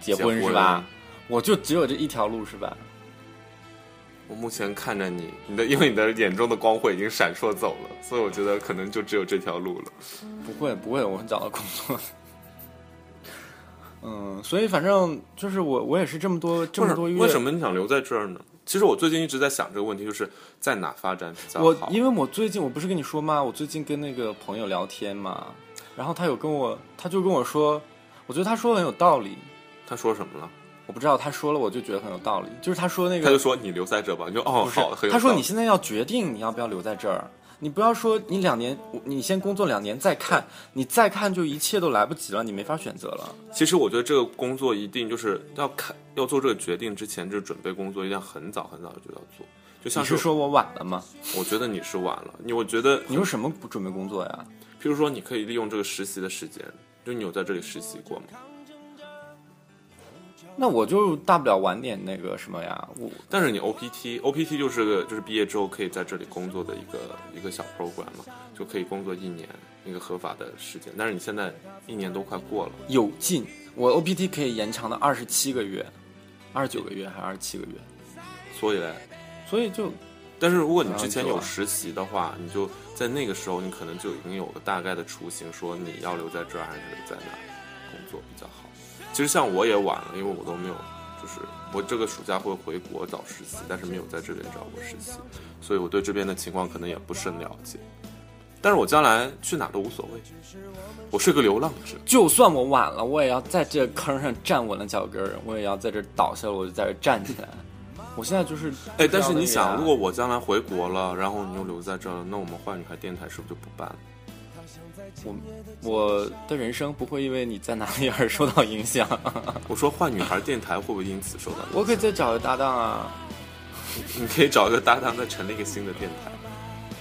[SPEAKER 2] 结
[SPEAKER 3] 婚
[SPEAKER 2] 婚是吧？我就只有这一条路是吧？
[SPEAKER 3] 我目前看着你，你的因为你的眼中的光辉已经闪烁走了， 所以我觉得可能就只有这条路了。
[SPEAKER 2] 不会不会，我找到工作。 嗯，所以反正就是我，我也是这么多这么多月，
[SPEAKER 3] 为什么你想留在这儿呢？其实我最近一直在想这个问题，就是在哪发展比较好。
[SPEAKER 2] 我因为我最近我不是跟你说吗？我最近跟那个朋友聊天嘛，然后他有跟我，他就跟我说，我觉得他说的很有道理。
[SPEAKER 3] 他说什么了？
[SPEAKER 2] 我不知道他说了，我就觉得很有道理。就是他说那
[SPEAKER 3] 他就
[SPEAKER 2] 个
[SPEAKER 3] 说你留在这吧，你就哦
[SPEAKER 2] 不是
[SPEAKER 3] 好，很有
[SPEAKER 2] 他说
[SPEAKER 3] 道理
[SPEAKER 2] 你现在要决定你要不要留在这儿，你不要说你两年，我你先工作两年再看，你再看就一切都来不及了，你没法选择了。
[SPEAKER 3] 其实我觉得这个工作一定就是要看要做这个决定之前，这准备工作一定要很早很早就要做。就像
[SPEAKER 2] 你是说我晚了吗？
[SPEAKER 3] 我觉得你是晚了，你我觉得
[SPEAKER 2] 你有什么准备工作呀？
[SPEAKER 3] 譬如说，你可以利用这个实习的时间，就你有在这里实习过吗？
[SPEAKER 2] 那我就大不了晚点那个什么呀，我
[SPEAKER 3] 但是你 OPT OPT 就是个就是毕业之后可以在这里工作的一个一个小 program 嘛，就可以工作一年一个合法的时间。但是你现在一年都快过了，
[SPEAKER 2] 有劲，我 OPT 可以延长到二十七个月，二十九个月还是二十七个月？
[SPEAKER 3] 所以嘞，
[SPEAKER 2] 所以就
[SPEAKER 3] 但是如果你之前有实习的话，你就在那个时候你可能就已经有个大概的雏形，说你要留在这儿还是留在那儿工作比较好。其实像我也晚了，因为我都没有，就是我这个暑假会回国找实习，但是没有在这边找过实习，所以我对这边的情况可能也不甚了解。但是我将来去哪都无所谓，我是个流浪者。
[SPEAKER 2] 就算我晚了，我也要在这坑上站稳了脚跟儿，我也要在这倒下了，我就在这站起 来。我现在就是
[SPEAKER 3] 哎，但是
[SPEAKER 2] 啊
[SPEAKER 3] 你想，如果
[SPEAKER 2] 我
[SPEAKER 3] 我将来回国了，然后你又留在这儿了，那我们坏女孩电台是不是就不办了？
[SPEAKER 2] 我的人生不会因为你在哪里而受到影响，
[SPEAKER 3] 我说坏女孩电台会不会因此受到影 响？
[SPEAKER 2] 我可以再找个搭档啊。
[SPEAKER 3] 你可以找一个搭档，再成立一个新的电台。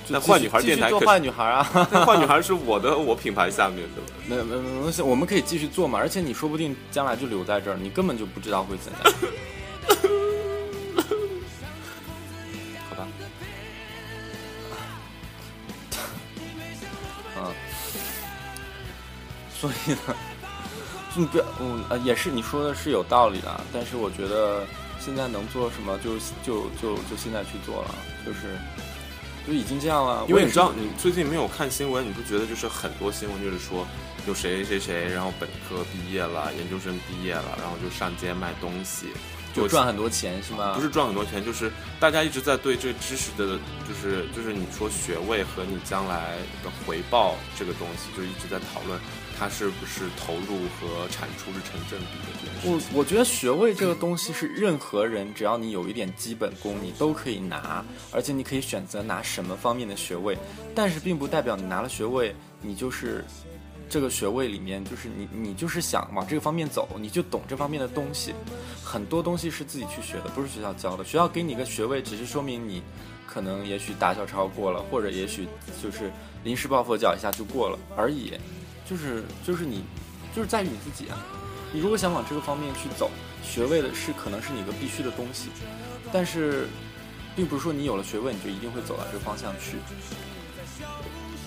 [SPEAKER 3] 那
[SPEAKER 2] 就继续
[SPEAKER 3] 坏女孩电台
[SPEAKER 2] 继续
[SPEAKER 3] 可
[SPEAKER 2] 做坏
[SPEAKER 3] 是，
[SPEAKER 2] 女孩啊。
[SPEAKER 3] 那坏女孩是我的我品牌下面的。
[SPEAKER 2] 没没没关系，我们可以继续做嘛。而且你说不定将来就留在这儿，你根本就不知道会怎样。
[SPEAKER 3] 好吧，
[SPEAKER 2] 啊所以呢，就你不要，嗯，呃，也是你说的是有道理的，啊但是我觉得现在能做什么就就就就现在去做了，就是就已经这样了。
[SPEAKER 3] 因为你
[SPEAKER 2] 我也是
[SPEAKER 3] 知道，你最近没有看新闻，你不觉得就是很多新闻就是说有谁谁谁，然后本科毕业了，研究生毕业了，然后就上街卖东西，
[SPEAKER 2] 就赚很多钱是吗？
[SPEAKER 3] 不是，赚很多钱，就是大家一直在对这个知识的，就是就是你说学位和你将来的回报这个东西，就一直在讨论它是不是投入和产出是成正比的这件事情。
[SPEAKER 2] 我我觉得学位这个东西是任何人只要你有一点基本功，你都可以拿，而且你可以选择拿什么方面的学位，但是并不代表你拿了学位，你就是这个学位里面，就是你你就是想往这个方面走，你就懂这方面的东西。很多东西是自己去学的，不是学校教的。学校给你一个学位，只是说明你可能也许打小抄过了，或者也许就是临时抱佛脚一下就过了而已。就是就是你就是在于你自己啊。你如果想往这个方面去走，学位的是可能是你一个必须的东西，但是并不是说你有了学位你就一定会走到这个方向去。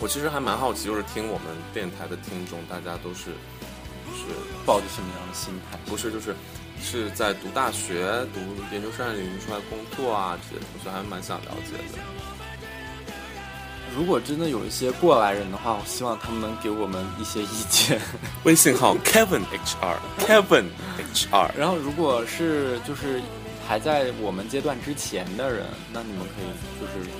[SPEAKER 3] 我其实还蛮好奇，就是听我们电台的听众，大家都是是
[SPEAKER 2] 抱着什么样的心态？
[SPEAKER 3] 不是就是是在读大学、读研究生领域出来工作啊这些同学，还蛮想了解的。
[SPEAKER 2] 如果真的有一些过来人的话，我希望他们能给我们一些意见。
[SPEAKER 3] 微信号 Kevin HR Kevin HR，
[SPEAKER 2] 然后，如果是就是还在我们阶段之前的人，那你们可以就是，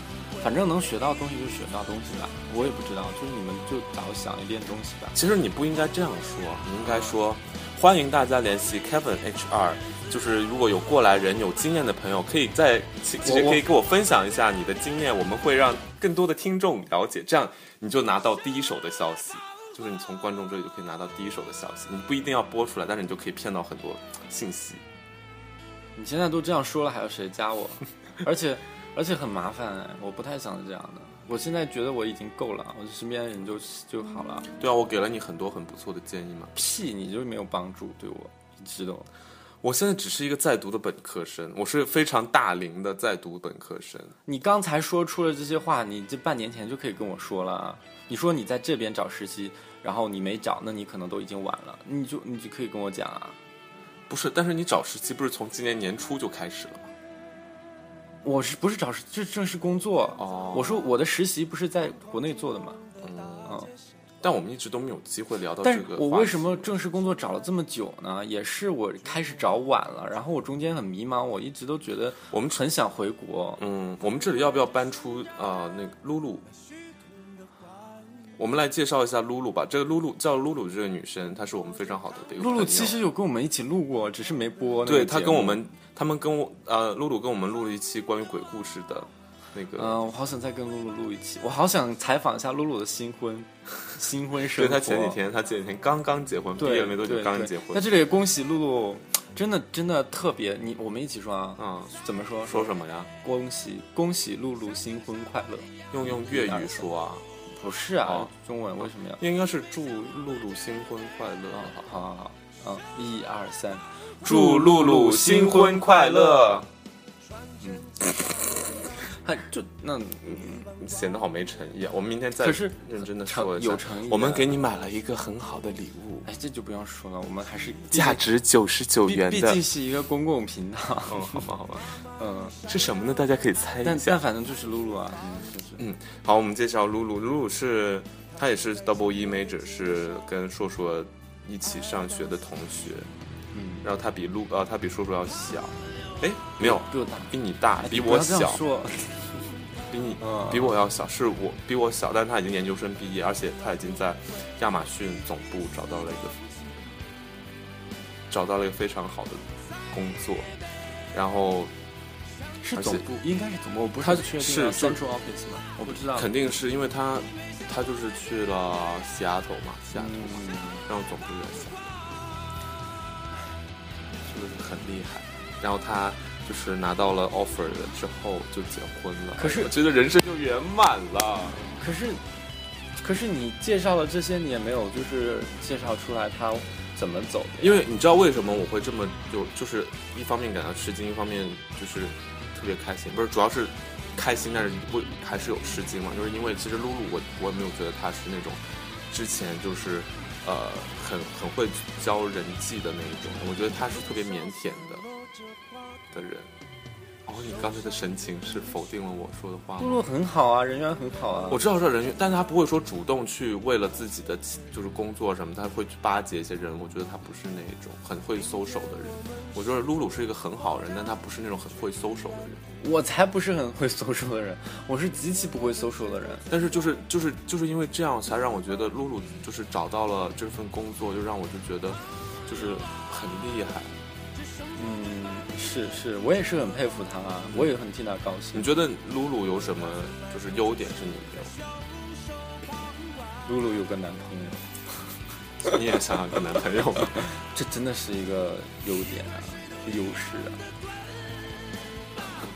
[SPEAKER 2] 反正能学到东西就学到东西吧。我也不知道，就是你们就早想一点东西吧。
[SPEAKER 3] 其实你不应该这样说，你应该说欢迎大家联系 Kevin HR。就是如果有过来人、有经验的朋友，可以在其其实
[SPEAKER 2] 我
[SPEAKER 3] 可以跟我分享一下你的经验，我们会让更多的听众了解，这样你就拿到第一手的消息。就是你从观众这里就可以拿到第一手的消息，你不一定要播出来，但是你就可以骗到很多信息。
[SPEAKER 2] 你现在都这样说了，还有谁加我？ 而且而且很麻烦哎，我不太想这样的。我现在觉得我已经够了，我身边的人就就好了。
[SPEAKER 3] 对啊，我给了你很多很不错的建议嘛。
[SPEAKER 2] 屁，你就没有帮助对我，你知道吗？
[SPEAKER 3] 我现在只是一个在读的本科生，我是非常大龄的在读本科生。
[SPEAKER 2] 你刚才说出了这些话，你这半年前就可以跟我说了啊。你说你在这边找实习，然后你没找，那你可能都已经晚了，你就你就可以跟我讲啊。
[SPEAKER 3] 不是，但是你找实习不是从今年年初就开始了吗？
[SPEAKER 2] 我是不是找实这正式工作？
[SPEAKER 3] 哦
[SPEAKER 2] 我说我的实习不是在国内做的嘛，嗯，
[SPEAKER 3] 但我们一直都没有机会聊到
[SPEAKER 2] 但
[SPEAKER 3] 这
[SPEAKER 2] 是
[SPEAKER 3] 个。
[SPEAKER 2] 我为什？么正式工作找了这么久呢？也是我开始找晚了，然后我中间很迷茫，我一直都觉得
[SPEAKER 3] 我们
[SPEAKER 2] 很想回国。
[SPEAKER 3] 嗯，我们这里要不要搬出啊、呃那个露露？我们来介绍一下露露吧。这个露露叫露露，这个女生她是我们非常好的一个
[SPEAKER 2] 露
[SPEAKER 3] 朋
[SPEAKER 2] 露
[SPEAKER 3] 友
[SPEAKER 2] 其实有跟我们一起录过，只是没播那个节
[SPEAKER 3] 对
[SPEAKER 2] 目。
[SPEAKER 3] 她跟我们，他们跟我呃露露跟我们录了一期关于鬼故事的那个。
[SPEAKER 2] 嗯，我好想再跟露露录一期，我好想采访一下露露的新婚，新婚生
[SPEAKER 3] 对
[SPEAKER 2] 活。
[SPEAKER 3] 她前几天，她前几天刚刚结婚，毕
[SPEAKER 2] 对
[SPEAKER 3] 业没多久
[SPEAKER 2] 对
[SPEAKER 3] 刚
[SPEAKER 2] 对
[SPEAKER 3] 结婚
[SPEAKER 2] 在。这里也恭喜露露，真的真的特别，你我们一起说啊，
[SPEAKER 3] 嗯，
[SPEAKER 2] 怎么说？
[SPEAKER 3] 说什么呀？
[SPEAKER 2] 恭喜恭喜露露新婚快乐。
[SPEAKER 3] 用用粤语说啊，
[SPEAKER 2] 不是啊，
[SPEAKER 3] 嗯好
[SPEAKER 2] 中文为什么要？
[SPEAKER 3] 应该是祝露露新婚快乐。
[SPEAKER 2] 啊，好好好，好嗯，一二三，
[SPEAKER 3] 祝露露新婚快乐，
[SPEAKER 2] 嗨，就那
[SPEAKER 3] 显得好没诚意啊！我们明天再
[SPEAKER 2] 可是
[SPEAKER 3] 认真的
[SPEAKER 2] 诚
[SPEAKER 3] 说一下，
[SPEAKER 2] 有诚意的
[SPEAKER 3] 我们给你买了一个很好的礼物，
[SPEAKER 2] 哎，这就不用说了，我们还是
[SPEAKER 3] 价值九十九
[SPEAKER 2] 毕
[SPEAKER 3] 元
[SPEAKER 2] 毕
[SPEAKER 3] 的。
[SPEAKER 2] 竟是一个公共频道，
[SPEAKER 3] 嗯，好吧，好吧，
[SPEAKER 2] 嗯，
[SPEAKER 3] 是什么呢？大家可以猜
[SPEAKER 2] 但
[SPEAKER 3] 一
[SPEAKER 2] 但
[SPEAKER 3] 下。
[SPEAKER 2] 反正就是露露啊，嗯，就是
[SPEAKER 3] 嗯，好，我们介绍露露，露露是她也是 Double E Major，是跟硕硕一起上学的同学，
[SPEAKER 2] 嗯，
[SPEAKER 3] 然后她比露呃，她比硕硕要小，哎，没有，
[SPEAKER 2] 比我大，
[SPEAKER 3] 比你大，
[SPEAKER 2] 哎
[SPEAKER 3] 比
[SPEAKER 2] 你不
[SPEAKER 3] 我
[SPEAKER 2] 要这样
[SPEAKER 3] 小，
[SPEAKER 2] 说，
[SPEAKER 3] 比你
[SPEAKER 2] 嗯
[SPEAKER 3] 比我要小，是我比我小，但是他已经研究生毕业，而且他已经在亚马逊总部找到了一个找到了一个非常好的工作，然后
[SPEAKER 2] 是
[SPEAKER 3] 而且
[SPEAKER 2] 总部，应该是总部，我不
[SPEAKER 3] 他
[SPEAKER 2] 是确定
[SPEAKER 3] 是
[SPEAKER 2] 啊
[SPEAKER 3] 就是
[SPEAKER 2] central office 吗？我不知道，
[SPEAKER 3] 肯定是因为他他就是去了西雅图嘛，西雅图嘛，
[SPEAKER 2] 嗯
[SPEAKER 3] 然后总部在西雅图，是不是很厉害？然后他就是拿到了 offer 了之后就结婚了，哎
[SPEAKER 2] 可是
[SPEAKER 3] 我觉得人生就圆满了。
[SPEAKER 2] 可是，可是你介绍了这些，你也没有就是介绍出来他怎么走的呀，
[SPEAKER 3] 因为你知道为什么我会这么有，就是一方面感到吃惊，一方面就是特别开心，不是主要是开心，但是不还是有吃惊嘛，就是因为其实露露我我也没有觉得她是那种之前就是呃很很会教人际的那一种，我觉得她是特别腼腆的的人。哦，你刚才的神情是否定了我说的话吗
[SPEAKER 2] 露？露很好啊，人缘很好啊，
[SPEAKER 3] 我知道这人员，但是他不会说主动去为了自己的就是工作什么，他会去巴结一些人。我觉得他不是那种很会 social 的人。我觉得露露是一个很好人，但他不是那种很会 social 的人。
[SPEAKER 2] 我才不是很会 social 的人，我是极其不会 social 的人。
[SPEAKER 3] 但是就是就是就是因为这样，才让我觉得露露就是找到了这份工作，就让我就觉得就是很厉害。
[SPEAKER 2] 嗯，是是，我也是很佩服他，啊我也很替他高
[SPEAKER 3] 你
[SPEAKER 2] 兴。
[SPEAKER 3] 觉得露露有什么就是优点是你没有？
[SPEAKER 2] 露露有个男朋友，
[SPEAKER 3] 你也想要个男朋友吗？
[SPEAKER 2] 这真的是一个优点啊，优势啊。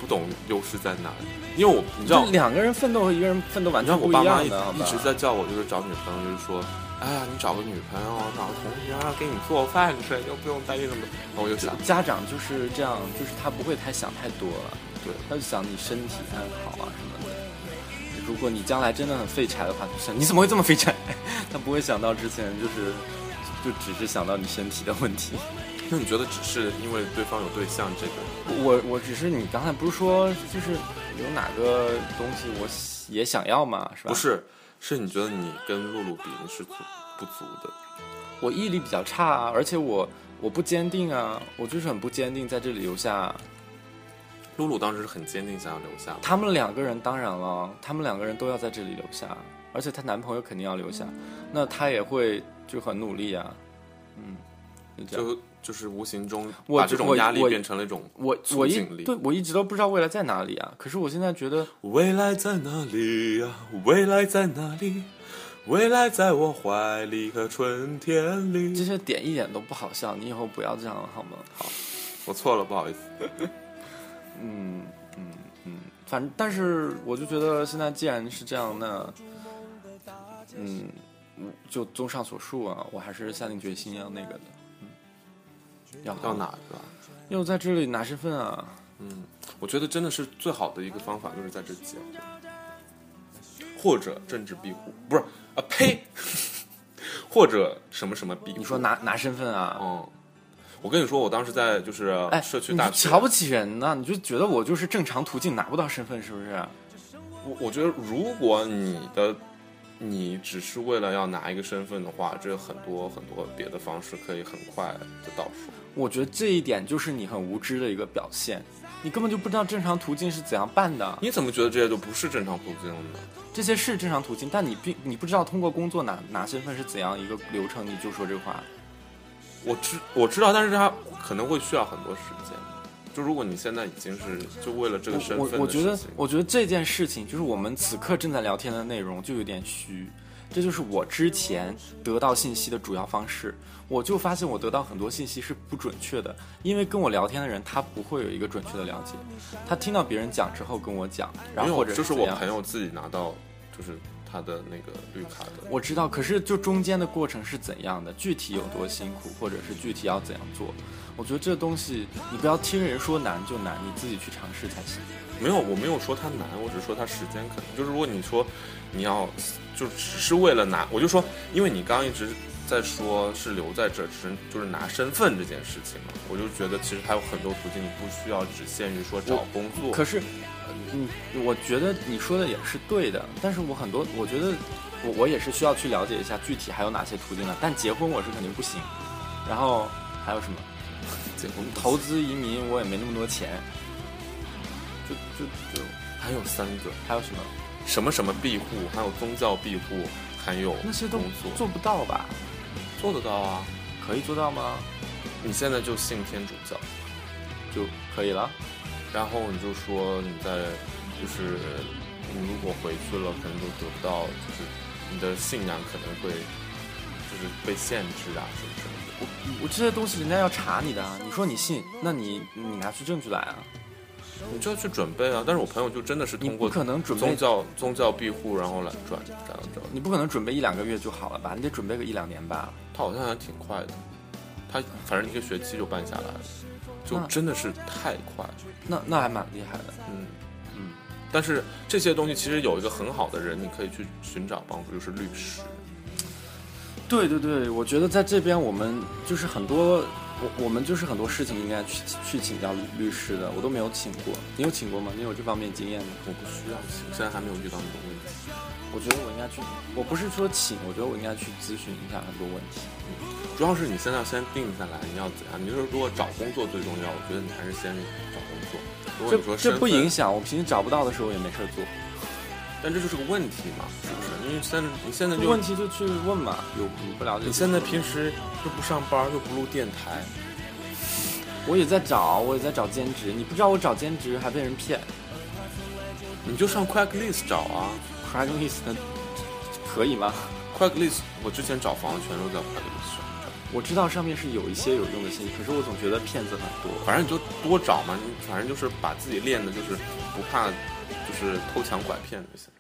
[SPEAKER 3] 不懂优势在哪里，因为我你知道
[SPEAKER 2] 就，两个人奋斗和一个人奋斗完
[SPEAKER 3] 你知道
[SPEAKER 2] 全
[SPEAKER 3] 我
[SPEAKER 2] 不一
[SPEAKER 3] 爸妈
[SPEAKER 2] 样
[SPEAKER 3] 一
[SPEAKER 2] 的，好吧
[SPEAKER 3] 一直在叫我，就是找女朋友，就是说，哎呀，你找个女朋友，找个同学啊，给你做饭吃，又不用担心什么。然后我就想，
[SPEAKER 2] 家长就是这样，就是他不会太想太多了，
[SPEAKER 3] 对，
[SPEAKER 2] 他就想你身体安好啊什么的。如果你将来真的很废柴的话，就想你怎么会这么废柴？ 他不会想到之前就是，就只是想到你身体的问题。
[SPEAKER 3] 那你觉得只是因为对方有对象这个？
[SPEAKER 2] 我我只是你刚才不是说就是有哪个东西我也想要嘛，是吧？
[SPEAKER 3] 不，是，是你觉得你跟露露比你是足不足的？
[SPEAKER 2] 我毅力比较差啊，而且我我不坚定啊，我就是很不坚定，在这里留下。
[SPEAKER 3] 露露当时是很坚定想要留下吗，
[SPEAKER 2] 他们两个人当然了，他们两个人都要在这里留下，而且她男朋友肯定要留下，那她也会就很努力啊，嗯，就这样。
[SPEAKER 3] 就就是无形中
[SPEAKER 2] 我
[SPEAKER 3] 把这种
[SPEAKER 2] 我
[SPEAKER 3] 压力
[SPEAKER 2] 我
[SPEAKER 3] 变成了一种
[SPEAKER 2] 我
[SPEAKER 3] 促
[SPEAKER 2] 我一
[SPEAKER 3] 进力。
[SPEAKER 2] 对我一直都不知道未来在哪里啊，可是我现在觉得
[SPEAKER 3] 未来在哪里呀、未来在哪里？未来在我怀里和春天
[SPEAKER 2] 这
[SPEAKER 3] 里。
[SPEAKER 2] 些点一点都不好笑，你以后不要这样了好吗？
[SPEAKER 3] 我错了，不好意思。
[SPEAKER 2] 嗯，嗯嗯，反正，但是我就觉得现在既然是这样，那，嗯，嗯就综上所述啊，我还是下定决心要那个的，嗯，要
[SPEAKER 3] 要
[SPEAKER 2] 好
[SPEAKER 3] 哪个啊？
[SPEAKER 2] 又在这里拿身份啊，
[SPEAKER 3] 嗯，我觉得真的是最好的一个方法就是在这结婚，或者政治庇护，不是啊呸， 或者什么什么庇护。
[SPEAKER 2] 你说？拿拿身份啊？
[SPEAKER 3] 嗯，我跟你说，我当时在就是呃
[SPEAKER 2] 哎，
[SPEAKER 3] 社区
[SPEAKER 2] 你
[SPEAKER 3] 大
[SPEAKER 2] 就
[SPEAKER 3] 学，
[SPEAKER 2] 瞧不起人呢，你就觉得我就是正常途径拿不到身份，是不是？
[SPEAKER 3] 我我觉得如果你的你只是为了要拿一个身份的话，这有很多很多别的方式可以很快的到手。
[SPEAKER 2] 我觉得这一点就是你很无知的一个表现，你根本就不知道正常途径是怎样办的。
[SPEAKER 3] 你怎么觉得这些就不是正常途径呢？
[SPEAKER 2] 这些是正常途径，但你并你不知道通过工作拿拿身份是怎样一个流程，你就说这话。
[SPEAKER 3] 我知我知道，但是他可能会需要很多时间。就如果你现在已经是就为了这个身
[SPEAKER 2] 我
[SPEAKER 3] 份的
[SPEAKER 2] 我觉
[SPEAKER 3] 事
[SPEAKER 2] 得
[SPEAKER 3] 情，
[SPEAKER 2] 我觉得这件事情就是我们此刻正在聊天的内容就有点虚，这就是我之前得到信息的主要方式。我就发现我得到很多信息是不准确的，因为跟我聊天的人他不会有一个准确的了解，他听到别人讲之后跟我讲，然
[SPEAKER 3] 没
[SPEAKER 2] 后
[SPEAKER 3] 有
[SPEAKER 2] 或者
[SPEAKER 3] 就是
[SPEAKER 2] 怎
[SPEAKER 3] 我
[SPEAKER 2] 样
[SPEAKER 3] 朋友自己拿到就是他的那个绿卡的，
[SPEAKER 2] 我知道，可是就中间的过程是怎样的，具体有多辛苦，或者是具体要怎样做，我觉得这东西你不要听人说难就难，你自己去尝试才行。
[SPEAKER 3] 没有我没有说他难，我只是说他时间可能就是如果你说你要就只是为了拿，我就说，因为你刚刚一直在说是留在这，只是就是拿身份这件事情嘛，我就觉得其实还有很多途径，你不需要只限于说找
[SPEAKER 2] 我
[SPEAKER 3] 工作。
[SPEAKER 2] 可是，嗯，我觉得你说的也是对的，但是我很多，我觉得我我也是需要去了解一下具体还有哪些途径的。但结婚我是肯定不行，然后还有什么
[SPEAKER 3] 结婚不
[SPEAKER 2] 投资移民，我也没那么多钱，就就就
[SPEAKER 3] 还有三个，
[SPEAKER 2] 还有什么
[SPEAKER 3] 什么什么庇护，还有宗教庇护，还有
[SPEAKER 2] 那些都
[SPEAKER 3] 工作
[SPEAKER 2] 做不到吧？
[SPEAKER 3] 做得到啊！
[SPEAKER 2] 可以做到吗？
[SPEAKER 3] 你现在就信天主教，
[SPEAKER 2] 就可以了。
[SPEAKER 3] 然后你就说你在就是你如果回去了，可能就得不到，就是你的信仰可能会就是被限制啊什么什么的。
[SPEAKER 2] 我这些东西人家要查你的啊，你说你信，那你你拿出证据来啊！
[SPEAKER 3] 你就要去准备啊！但是我朋友就真的是
[SPEAKER 2] 你
[SPEAKER 3] 通
[SPEAKER 2] 不
[SPEAKER 3] 过
[SPEAKER 2] 可能准备
[SPEAKER 3] 宗，教宗教庇护，然后来转转到这儿。
[SPEAKER 2] 你不可能准备一两个月就好了吧？你得准备个一两年吧？
[SPEAKER 3] 他好像还挺快的，他反正一个学期就办下来了，就
[SPEAKER 2] 那
[SPEAKER 3] 真的是太快了。
[SPEAKER 2] 那那还蛮厉害的。
[SPEAKER 3] 嗯
[SPEAKER 2] 嗯，
[SPEAKER 3] 但是这些东西其实有一个很好的人，你可以去寻找帮助，就是律师。
[SPEAKER 2] 对对对，我觉得在这边我们就是很多，我我们就是很多事情应该去去请教律师的，我都没有请过。你有请过吗？你有这方面经验吗？
[SPEAKER 3] 我不需要请，现在还没有遇到那种问题。
[SPEAKER 2] 我觉得我应该去，我不是说请，我觉得我应该去咨询一下很多问题。
[SPEAKER 3] 主要是你现在要先定下来你要怎样。你就是如果找工作最重要，我觉得你还是先找工作。如果你
[SPEAKER 2] 这
[SPEAKER 3] 说
[SPEAKER 2] 这不影
[SPEAKER 3] 响，
[SPEAKER 2] 响，我平时找不到的时候也没事儿做。
[SPEAKER 3] 但这就是个问题嘛，是不是？因为现在你现在
[SPEAKER 2] 有问
[SPEAKER 3] 就
[SPEAKER 2] 题就去问嘛，有你不了解就
[SPEAKER 3] 你
[SPEAKER 2] 去
[SPEAKER 3] 现在
[SPEAKER 2] 问
[SPEAKER 3] 平时又不上班，又不录电台，
[SPEAKER 2] 我也在找，我也在找兼职。你不知道我找兼职还被人骗
[SPEAKER 3] 你就上 Quacklist 找啊。
[SPEAKER 2] ，Craigslist 呃可以吗？
[SPEAKER 3] Craigslist 我之前找房全都在 Craigslist 上找，
[SPEAKER 2] 我知道上面是有一些有用的信息，可是我总觉得骗子很多。
[SPEAKER 3] 反正你就多找嘛，你反正就是把自己练的就是不怕，就是偷抢拐骗就行。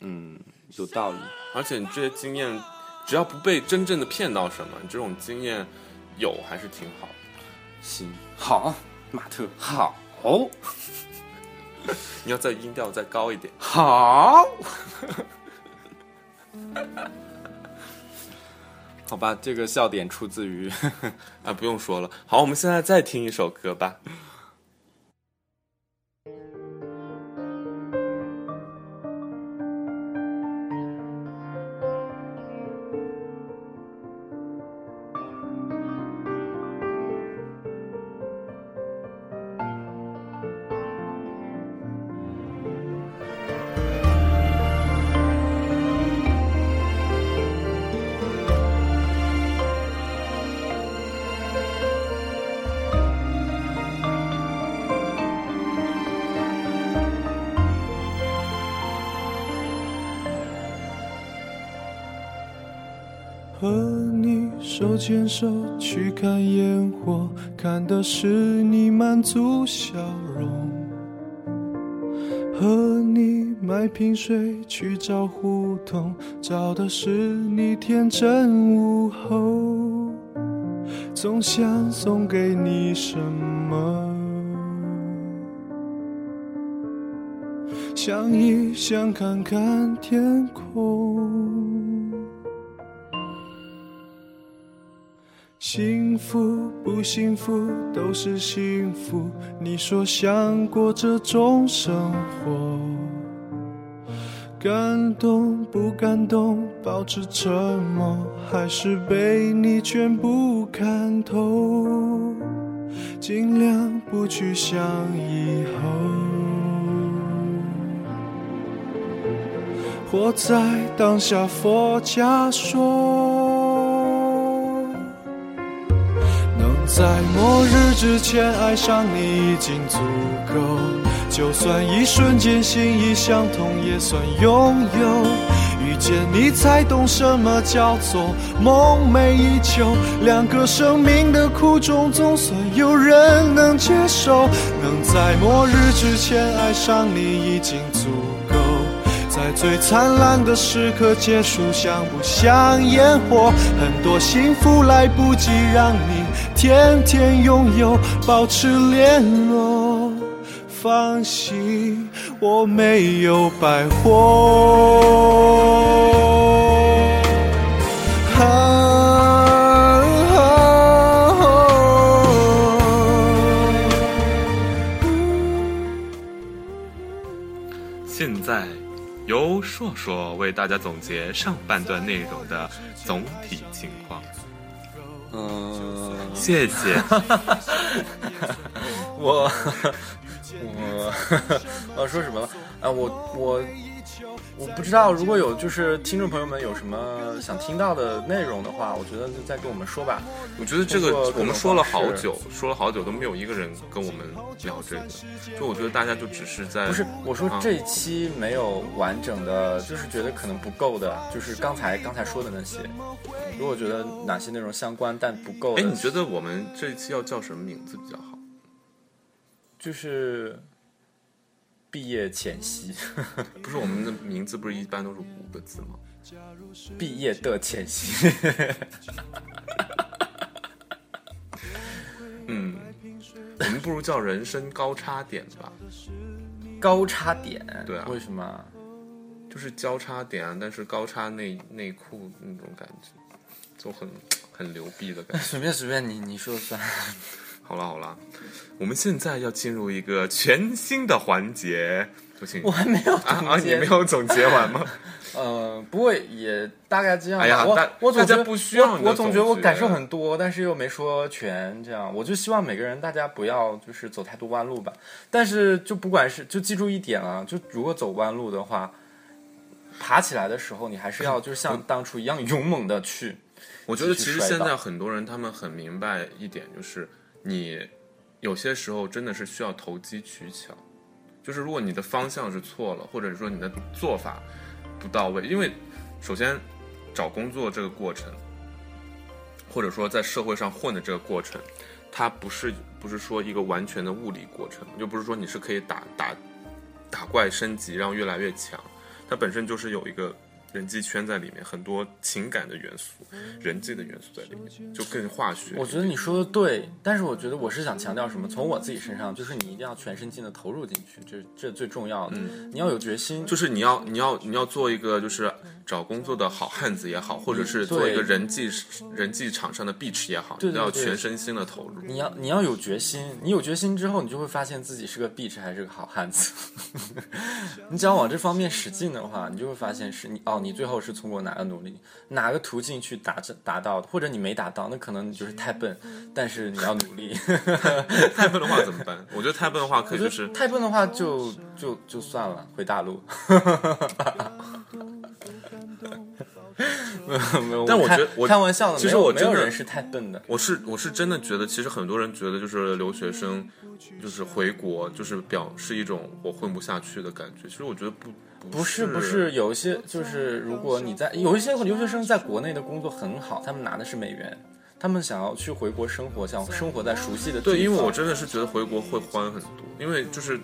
[SPEAKER 2] 嗯，有道理。
[SPEAKER 3] 而且你这些经验，只要不被真正的骗到什么，你这种经验有还是挺好的。
[SPEAKER 2] 行，好，啊马特，好，
[SPEAKER 3] 你要再音调再高一点。
[SPEAKER 2] 好，好吧，这个笑点出自于
[SPEAKER 3] 啊，不用说了。好，我们现在再听一首歌吧。
[SPEAKER 1] 和你手牵手去看烟火，看的是你满足笑容。和你买瓶水去找胡同，找的是你天真无后。总想送给你什么？想一想，看看天空。幸福不幸福都是幸福，你说想过这种生活，感动不感动，保持沉默，还是被你全部看透，尽量不去想以后，活在当下，佛家说。能在末日之前爱上你已经足够，就算一瞬间心意相通，也算拥有。遇见你才懂什么叫做梦寐以求，两个生命的苦衷总算有人能接受。能在末日之前爱上你已经足够。在最灿烂的时刻结束，像不像烟火？很多幸福来不及让你天天拥有，保持联络。放心，我没有白活。啊啊
[SPEAKER 3] 现在由硕硕为大家总结上半段内容的总体情况。呃
[SPEAKER 2] 嗯，
[SPEAKER 3] 谢 谢。
[SPEAKER 2] 我我呃说什么了？啊，我我我不知道，如果有就是听众朋友们有什么想听到的内容的话，我觉得就再跟我们说吧。
[SPEAKER 3] 我觉得这
[SPEAKER 2] 通过
[SPEAKER 3] 个
[SPEAKER 2] 各种
[SPEAKER 3] 我们说了好
[SPEAKER 2] 方式
[SPEAKER 3] 久，说了好久都没有一个人跟我们聊这个，就我觉得大家就只是在
[SPEAKER 2] 不是，我说
[SPEAKER 3] 啊
[SPEAKER 2] 这一期没有完整的，就是觉得可能不够的，就是刚才刚才说的那些。如果觉得哪些内容相关但不够
[SPEAKER 3] 哎，
[SPEAKER 2] 的，
[SPEAKER 3] 你觉得我们这一期要叫什么名字比较好？
[SPEAKER 2] 就是毕业前夕，
[SPEAKER 3] 不是我们的名字不是一般都是五个字吗？
[SPEAKER 2] 毕业的前夕，
[SPEAKER 3] 嗯，我们不如叫人生高差点吧，
[SPEAKER 2] 高差点。
[SPEAKER 3] 对啊
[SPEAKER 2] 为什么？
[SPEAKER 3] 就是交叉点啊，但是高叉内内裤那种感觉，就很很牛逼的感 觉。
[SPEAKER 2] 随便随便你你说算。
[SPEAKER 3] 好了好了，我们现在要进入一个全新的环节，不行
[SPEAKER 2] 我还没有
[SPEAKER 3] 啊
[SPEAKER 2] 总
[SPEAKER 3] 啊！你
[SPEAKER 2] 结
[SPEAKER 3] 没有总结完吗？
[SPEAKER 2] 呃，不过也大概这样吧。
[SPEAKER 3] 哎呀大
[SPEAKER 2] 我我总觉
[SPEAKER 3] 大家
[SPEAKER 2] 得
[SPEAKER 3] 不需要
[SPEAKER 2] 我
[SPEAKER 3] 你的
[SPEAKER 2] 我总觉得我
[SPEAKER 3] 总结
[SPEAKER 2] 感受很多，但是又没说全，这样我就希望每个人大家不要就是走太多弯路吧。但是就不管是就记住一点啊，就如果走弯路的话，爬起来的时候你还是要就是像当初一样勇猛的去。
[SPEAKER 3] 我觉得
[SPEAKER 2] 继续
[SPEAKER 3] 其实
[SPEAKER 2] 摔
[SPEAKER 3] 现
[SPEAKER 2] 倒
[SPEAKER 3] 在很多人他们很明白一点，就是你有些时候真的是需要投机取巧，就是如果你的方向是错了，或者说你的做法不到位，因为首先找工作这个过程，或者说在社会上混的这个过程，它不是不是说一个完全的物理过程，就不是说你是可以打打打怪升级，然后越来越强，它本身就是有一个人际圈在里面，很多情感的元素、
[SPEAKER 2] 嗯
[SPEAKER 3] 人际的元素在里面，就更化学。
[SPEAKER 2] 我觉得你说的对，但是我觉得我是想强调什么？从我自己身上，就是你一定要全身心的投入进去，这这最重要的。你要有决心，
[SPEAKER 3] 就是你要你要你要做一个就是找工作的好汉子也好，或者是
[SPEAKER 2] 嗯对
[SPEAKER 3] 做一个人际人际场上的 bitch 也好，
[SPEAKER 2] 对
[SPEAKER 3] 你都要
[SPEAKER 2] 对对
[SPEAKER 3] 全身心的投入。
[SPEAKER 2] 你要你要有决心，你有决心之后，你就会发现自己是个 bitch 还是个好汉子。 你只要往这方面使劲的话，你就会发现是你哦，你最后是通过哪个努力、哪个途径去达达到的，或者你没达到，那可能你就是太笨，但是你要努 力。
[SPEAKER 3] 太笨的话怎么办？我觉得太笨的话可
[SPEAKER 2] 我觉
[SPEAKER 3] 以就
[SPEAKER 2] 得
[SPEAKER 3] 是
[SPEAKER 2] 太笨的话就就就算了，回大 陆。没有没有，
[SPEAKER 3] 但我
[SPEAKER 2] 开
[SPEAKER 3] 觉得我
[SPEAKER 2] 开玩笑的，
[SPEAKER 3] 其实
[SPEAKER 2] 没有
[SPEAKER 3] 我
[SPEAKER 2] 没有
[SPEAKER 3] 真的
[SPEAKER 2] 人是太笨的。
[SPEAKER 3] 我是我是真的觉得，其实很多人觉得就是留学生，就是回国就是表示一种我混不下去的感觉。其实我觉得不
[SPEAKER 2] 不是
[SPEAKER 3] 是
[SPEAKER 2] 不是，有一些就是如果你在有一些留学生在国内的工作很好，他们拿的是美元，他们想要去回国生活，想生活在熟悉的地方
[SPEAKER 3] 对，因为我真的是觉得回国会欢很多，因为就是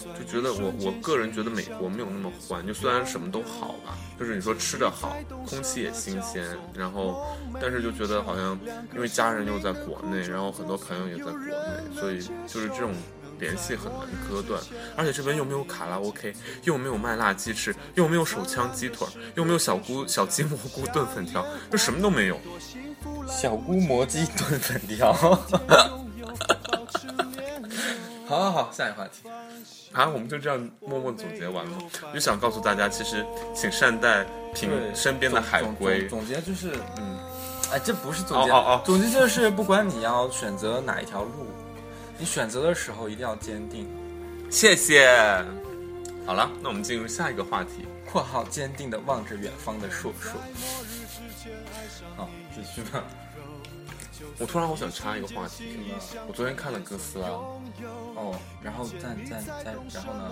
[SPEAKER 3] 就觉得我我个人觉得美国没有那么欢，就虽然什么都好吧，就是你说吃的好，空气也新鲜，然后但是就觉得好像因为家人又在国内，然后很多朋友也在国内，所以就是这种。联系很难割断，而且这边又没有卡拉 OK，又没有麦辣鸡翅，又没有手枪鸡腿儿，又没有小菇小鸡蘑菇炖粉条，就什么都没有。
[SPEAKER 2] 小姑磨鸡炖粉条。
[SPEAKER 3] 好好好，下一个话题。啊，我们就这样默默总结完了，就想告诉大家，其实请善待平
[SPEAKER 2] 对，
[SPEAKER 3] 身边的
[SPEAKER 2] 总
[SPEAKER 3] 海
[SPEAKER 2] 总
[SPEAKER 3] 龟。
[SPEAKER 2] 总总结就是，
[SPEAKER 3] 嗯，
[SPEAKER 2] 哎，这不是总结，
[SPEAKER 3] 哦哦哦
[SPEAKER 2] 总结就是不管你要选择哪一条路，你选择的时候一定要坚定。
[SPEAKER 3] 谢谢。好了，那我们进入下一个话题。
[SPEAKER 2] （括号坚定的望着远方的硕硕）。好，继续吧。
[SPEAKER 3] 我突然好想插一个话题，我昨天看了哥斯拉，
[SPEAKER 2] 哦，然后再再再，然后呢？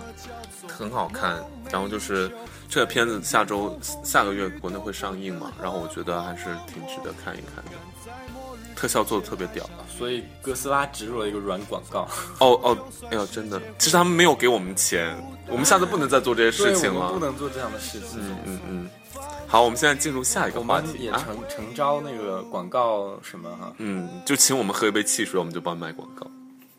[SPEAKER 3] 很好看。然后就是这个片子下周下个月国内会上映嘛，然后我觉得还是挺值得看一看的，特效做的特别屌。啊
[SPEAKER 2] 所以哥斯拉植入了一个软广告。
[SPEAKER 3] 哦哦，哎呦，真的，其实他们没有给我们钱，我们下次不能再做 这些事情了。
[SPEAKER 2] 不能做这样的事情。
[SPEAKER 3] 嗯嗯，好，我们现在进入下一个
[SPEAKER 2] 我
[SPEAKER 3] 话
[SPEAKER 2] 们
[SPEAKER 3] 题
[SPEAKER 2] 也
[SPEAKER 3] 啊。
[SPEAKER 2] 诚诚招那个广告什么哈，
[SPEAKER 3] 嗯，就请我们喝一杯汽水，我们就帮你卖广告。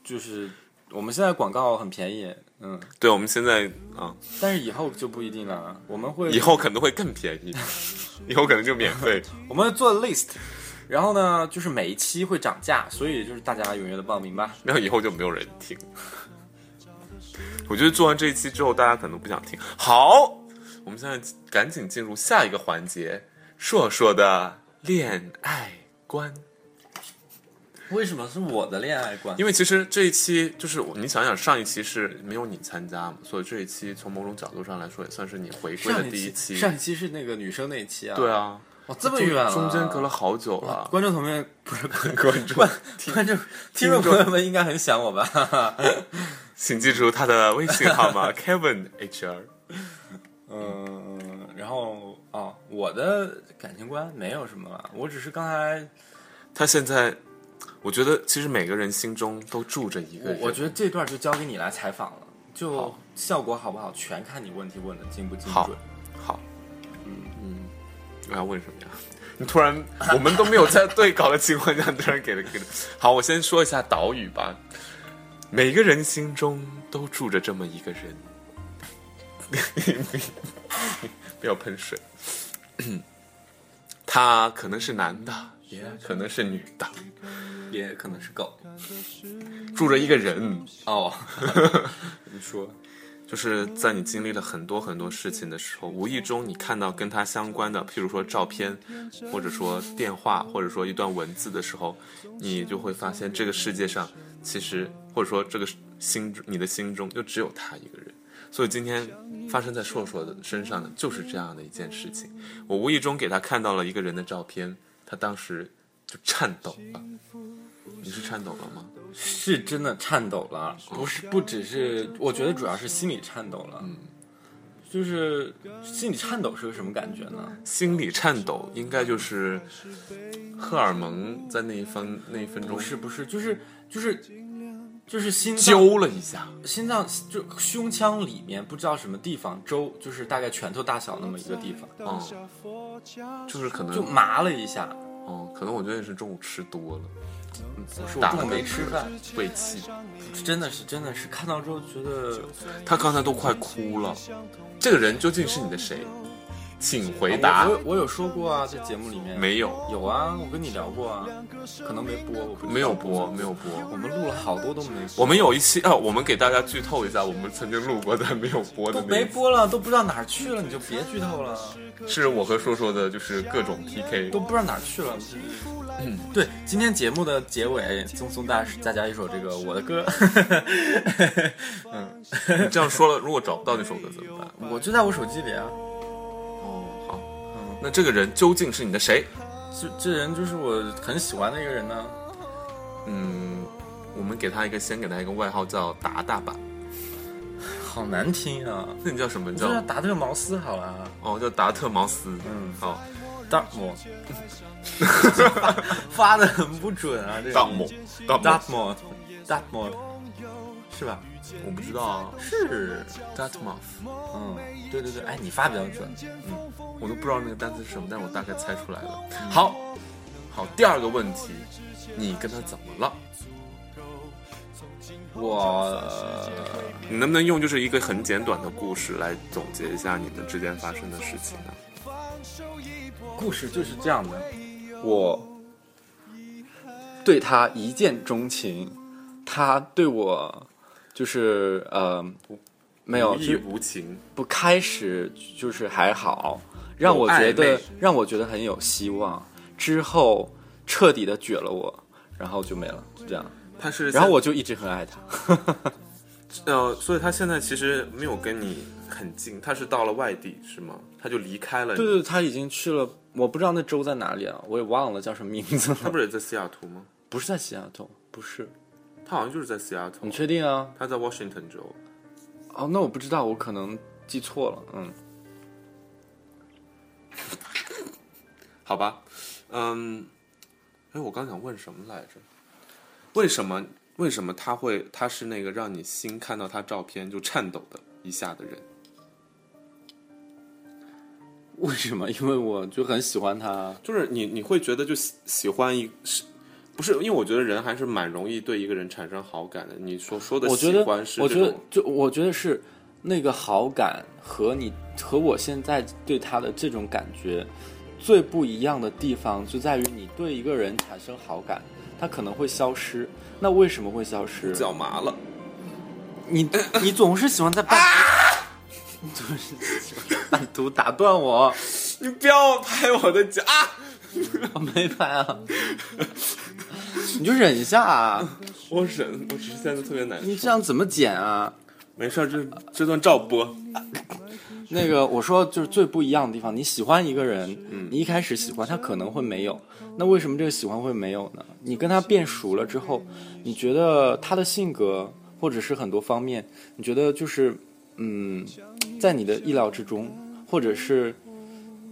[SPEAKER 2] 就是我们现在广告很便宜，嗯，
[SPEAKER 3] 对，我们现在啊，
[SPEAKER 2] 但是以后就不一定了。我们会
[SPEAKER 3] 以后可能会更便宜，以后可能就免费。
[SPEAKER 2] 我们会做 list，然后呢，就是每一期会涨价，所以就是大家踊跃的报名吧。
[SPEAKER 3] 然后以后就没有人听。我觉得做完这一期之后，大家可能不想听。好，我们现在赶紧进入下一个环节，硕硕的恋爱观。
[SPEAKER 2] 为什么是我的恋爱观？
[SPEAKER 3] 因为其实这一期就是我你想想，上一期是没有你参加嘛，所以这一期从某种角度上来说，也算是你回归的
[SPEAKER 2] 上
[SPEAKER 3] 第一
[SPEAKER 2] 期上一期是那个女生那一期啊，
[SPEAKER 3] 对，啊，
[SPEAKER 2] 哇，这么远了，
[SPEAKER 3] 中间隔了好久了。
[SPEAKER 2] 观众朋友们 不是观
[SPEAKER 3] 观众
[SPEAKER 2] 观 观众听众朋友们应该很想我吧？
[SPEAKER 3] 请记住他的微信号 码 Kevin HR。
[SPEAKER 2] 嗯，然后啊、哦我的感情观没有什么了，我只是刚才
[SPEAKER 3] 他现在，我觉得其实每个人心中都住着一个
[SPEAKER 2] 我
[SPEAKER 3] 人。
[SPEAKER 2] 我觉得这段就交给你来采访了，就
[SPEAKER 3] 好
[SPEAKER 2] 效果好不好全看你问题问的精不精
[SPEAKER 3] 好
[SPEAKER 2] 准。
[SPEAKER 3] 好，嗯嗯，我要问什 么呀？你突然， 我们都没有在对稿的情况下，你突然给了给了。 好，我先说一下岛屿吧。每个人心中都住着这么一个人。 不要喷水。 他可能是男的，也可能是女的，
[SPEAKER 2] 也可能是狗
[SPEAKER 3] 住着一个人。
[SPEAKER 2] 哦。 你说
[SPEAKER 3] 就是在你经历了很多很多事情的时候，无意中你看到跟他相关的，譬如说照片，或者说电话，或者说一段文字的时候，你就会发现这个世界上其实，或者说这个心你的心中就只有他一个人。所以今天发生在硕硕的身上的就是这样的一件事情。我无意中给他看到了一个人的照片，他当时就颤抖了。你是颤抖了吗？
[SPEAKER 2] 是
[SPEAKER 3] 嗯
[SPEAKER 2] 真的颤抖了，不是不只是，我觉得主要是心里颤抖了。就是心里颤抖是个什么感觉呢？
[SPEAKER 3] 心里颤抖，应该就是荷尔蒙在那一分那一分钟
[SPEAKER 2] 不是不是，就是就是就是心脏
[SPEAKER 3] 揪了一下，
[SPEAKER 2] 心脏就胸腔里面不知道什么地方周，就是大概拳头大小那么一个地方，
[SPEAKER 3] 嗯，就是可能
[SPEAKER 2] 就麻了一下。
[SPEAKER 3] 哦，可能我觉得也是中午吃多了，
[SPEAKER 2] 不是我
[SPEAKER 3] 打
[SPEAKER 2] 中午
[SPEAKER 3] 了
[SPEAKER 2] 没
[SPEAKER 3] 个
[SPEAKER 2] 吃饭，
[SPEAKER 3] 胃气。
[SPEAKER 2] 真的是真的是看到之后觉得
[SPEAKER 3] 他刚才都快哭了，这个人究竟是你的谁？请回答
[SPEAKER 2] 哎我。我我有说过啊，在节目里面
[SPEAKER 3] 没有，
[SPEAKER 2] 有啊，我跟你聊过啊，可能没播，我不知道
[SPEAKER 3] 没有播，没有播。
[SPEAKER 2] 我们录了好多都没播，
[SPEAKER 3] 我们有一期啊，我们给大家剧透一下，我们曾经录过但没有播
[SPEAKER 2] 都
[SPEAKER 3] 的那
[SPEAKER 2] 没
[SPEAKER 3] 一期，
[SPEAKER 2] 播了，都不知道哪儿去了，你就别剧透了，
[SPEAKER 3] 是我和硕硕的，就是各种 PK
[SPEAKER 2] 都。不知道哪儿去了。嗯，对，今天节目的结尾赠送大大家一首这个我的歌， 嗯，
[SPEAKER 3] 你这样说了，如果找不到那首歌怎么办？
[SPEAKER 2] 我就在我手机里啊，
[SPEAKER 3] 哦，好，那这个人究竟是你的谁？
[SPEAKER 2] 这这人就是我很喜欢的一个人呢、
[SPEAKER 3] 嗯，我们给他一个，先给他一个外号叫达达吧。
[SPEAKER 2] 好难听啊，
[SPEAKER 3] 那你叫什么？
[SPEAKER 2] 就
[SPEAKER 3] 叫
[SPEAKER 2] 是达特茅斯好了啊，
[SPEAKER 3] 哦，叫达特茅斯。
[SPEAKER 2] 嗯
[SPEAKER 3] 好，
[SPEAKER 2] 达摩， 发的很不准啊，这个
[SPEAKER 3] 达摩，达
[SPEAKER 2] 达
[SPEAKER 3] 摩，
[SPEAKER 2] 摩，达摩，是吧？
[SPEAKER 3] 我不知道啊，
[SPEAKER 2] 是，
[SPEAKER 3] 达特茅斯。
[SPEAKER 2] 嗯，对对对，哎，你发比较准，
[SPEAKER 3] 我都不知道那个单词是什么，但是我大概猜出来了。好，好，第二个问题，你跟他怎么了？
[SPEAKER 2] 我
[SPEAKER 3] 你能不能用就是一个很简短的故事来总结一下你们之间发生的事情呢？
[SPEAKER 2] 故事就是这样的，我对他一见钟情，他对我就是呃没有
[SPEAKER 3] 无
[SPEAKER 2] 就
[SPEAKER 3] 意无情，
[SPEAKER 2] 不开始就是还好，让我觉
[SPEAKER 3] 有暧
[SPEAKER 2] 得
[SPEAKER 3] 昧
[SPEAKER 2] 让我觉得很有希望，之后彻底的撅了我，然后就没了，就这样，
[SPEAKER 3] 他是
[SPEAKER 2] 然后我就一直很爱他。
[SPEAKER 3] 呃，所以他现在其实没有跟你很近，他是到了外地是吗？他就离开了你，
[SPEAKER 2] 对对，他已经去了，我不知道那州在哪里啊，我也忘了叫什么名字
[SPEAKER 3] 他
[SPEAKER 2] 了。
[SPEAKER 3] 不是也在西雅图吗？
[SPEAKER 2] 不是在西雅图，不是，
[SPEAKER 3] 他好像就是在西雅图
[SPEAKER 2] 你，确定啊？
[SPEAKER 3] 他在 Washington 州。
[SPEAKER 2] 哦，那我不知道，我可能记错了。嗯，
[SPEAKER 3] 好吧，嗯，哎，我刚想问什么来着？为什么为什么他会他是那个让你心看到他照片就颤抖的一下的人？
[SPEAKER 2] 为什么？因为我就很喜欢他。
[SPEAKER 3] 就是你你会觉得就喜喜欢一是。不是，因为我觉得人还是蛮容易对一个人产生好感的。你所说的
[SPEAKER 2] 我觉
[SPEAKER 3] 喜
[SPEAKER 2] 得
[SPEAKER 3] 欢是，这
[SPEAKER 2] 我觉得
[SPEAKER 3] 种，
[SPEAKER 2] 就我觉得是那个好感和你和我现在对他的这种感觉最不一样的地方，就在于你对一个人产生好感，他可能会消失。那为什么会消失？
[SPEAKER 3] 脚麻了，
[SPEAKER 2] 你你总是喜欢在半， 你总是喜欢半途打断我，
[SPEAKER 3] 你不要拍我的脚 啊！
[SPEAKER 2] 我 没拍啊，你就忍一下啊，
[SPEAKER 3] 我忍，我只是现在特别难
[SPEAKER 2] 你
[SPEAKER 3] 受。
[SPEAKER 2] 这样怎么剪啊？
[SPEAKER 3] 没事儿，这这段照播。
[SPEAKER 2] 那个我说就是最不一样的地方，你喜欢一个人，你一开始喜欢他可能会没有，那为什么这个喜欢会没有呢？你跟他变熟了之后，你觉得他的性格或者是很多方面，你觉得就是嗯，在你的意料之中，或者是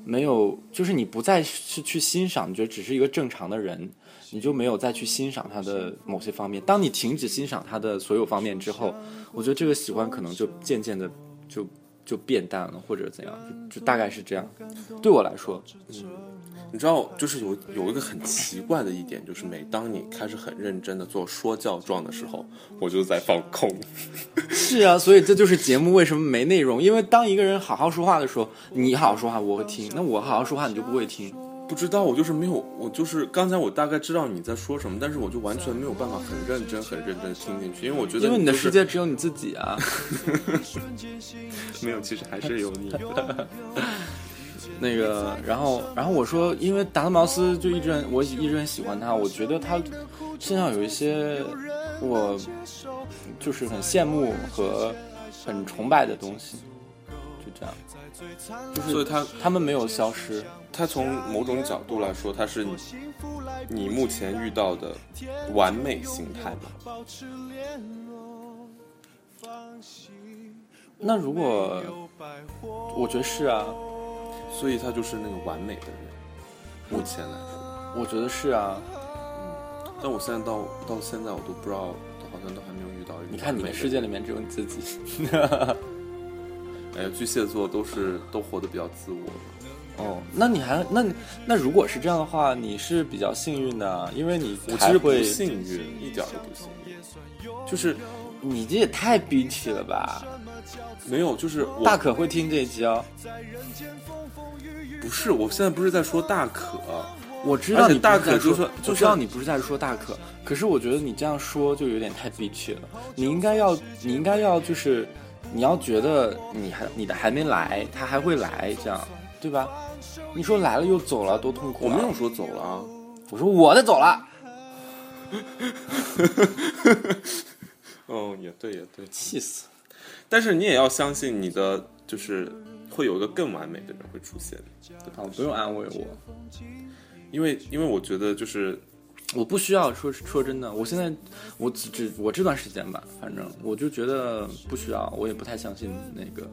[SPEAKER 2] 没有，就是你不再是去欣赏，你觉得只是一个正常的人，你就没有再去欣赏他的某些方面。当你停止欣赏他的所有方面之后，我觉得这个喜欢可能就渐渐的就就变淡了，或者怎样，就就大概是这样。对我来说，
[SPEAKER 3] 你知道，就是有有一个很奇怪的一点，就是每当你开始很认真的做说教状的时候，我就在放空。
[SPEAKER 2] 是啊，所以这就是节目为什么没内容，因为当一个人好好说话的时候，你好好说话我会听，那我好好说话你就不会听。
[SPEAKER 3] 不知道，我就是没有，我就是刚才我大概知道你在说什么，但是我就完全没有办法很认真、很认真的听进去，因为我觉得
[SPEAKER 2] 因为你的
[SPEAKER 3] 就是
[SPEAKER 2] 世界只有你自己啊。
[SPEAKER 3] 没有，其实还是有你。
[SPEAKER 2] 那个，然后，然后我说，因为达特茅斯就一直很，我一直很喜欢他，我觉得他身上有一些我就是很羡慕和很崇拜的东西，就这样，就是
[SPEAKER 3] 所以他
[SPEAKER 2] 他们没有消失，
[SPEAKER 3] 他从某种角度来说，他是你你目前遇到的完美形态吧？
[SPEAKER 2] 那如果我觉得是啊，
[SPEAKER 3] 所以他就是那个完美的人，目前来说。
[SPEAKER 2] 我觉得是啊。
[SPEAKER 3] 但我现在到到现在我都不知道，好像都还没有遇到一个。
[SPEAKER 2] 你看你的世界里，面只有你自己。
[SPEAKER 3] 哎，巨蟹座都是都活得比较自我。
[SPEAKER 2] 哦，那你还那你那如果是这样的话，你是比较幸运的，啊因为你
[SPEAKER 3] 我其
[SPEAKER 2] 还
[SPEAKER 3] 实不
[SPEAKER 2] 会
[SPEAKER 3] 幸运，一点儿都不幸运，
[SPEAKER 2] 就是你这也太 bitch 了吧！
[SPEAKER 3] 没有，就是我
[SPEAKER 2] 大可会听这一集哦，
[SPEAKER 3] 不是，我现在不是在说大可，
[SPEAKER 2] 我知道
[SPEAKER 3] 而且
[SPEAKER 2] 你
[SPEAKER 3] 大
[SPEAKER 2] 不是在
[SPEAKER 3] 可就
[SPEAKER 2] 说
[SPEAKER 3] 算就
[SPEAKER 2] 我知道
[SPEAKER 3] 算
[SPEAKER 2] 你不是在说大可，可是我觉得你这样说就有点太 bitch 了。你应该要，你应该要就是，你要觉得你还你的还没来，他还会来，这样对吧？你说来了又走了，多痛苦、
[SPEAKER 3] 我
[SPEAKER 2] 啊！
[SPEAKER 3] 没有，说走了啊。
[SPEAKER 2] 我说我的走了，
[SPEAKER 3] 嗯，也对，也对。
[SPEAKER 2] 气死！
[SPEAKER 3] 但是你也要相信你的，就是会有一个更完美的人会出现，
[SPEAKER 2] 啊，不用安慰我，
[SPEAKER 3] 因为因为我觉得就是
[SPEAKER 2] 我不需要说说真的，我现在我只只我这段时间吧，反正我就觉得不需要，我也不太相信那个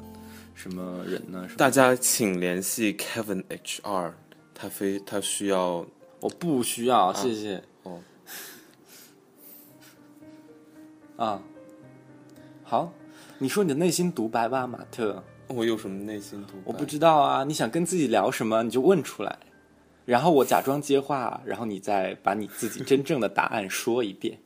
[SPEAKER 2] 什么人呢，什么
[SPEAKER 3] 大家请联系 Kevin HR，他非他需要
[SPEAKER 2] 我不需要，谢谢。
[SPEAKER 3] 哦，
[SPEAKER 2] 啊，好，你说你的内心独白吧，马特。
[SPEAKER 3] 我有什么内心独白？
[SPEAKER 2] 我不知道啊，你想跟自己聊什么，你就问出来，然后我假装接话，然后你再把你自己真正的答案说一遍。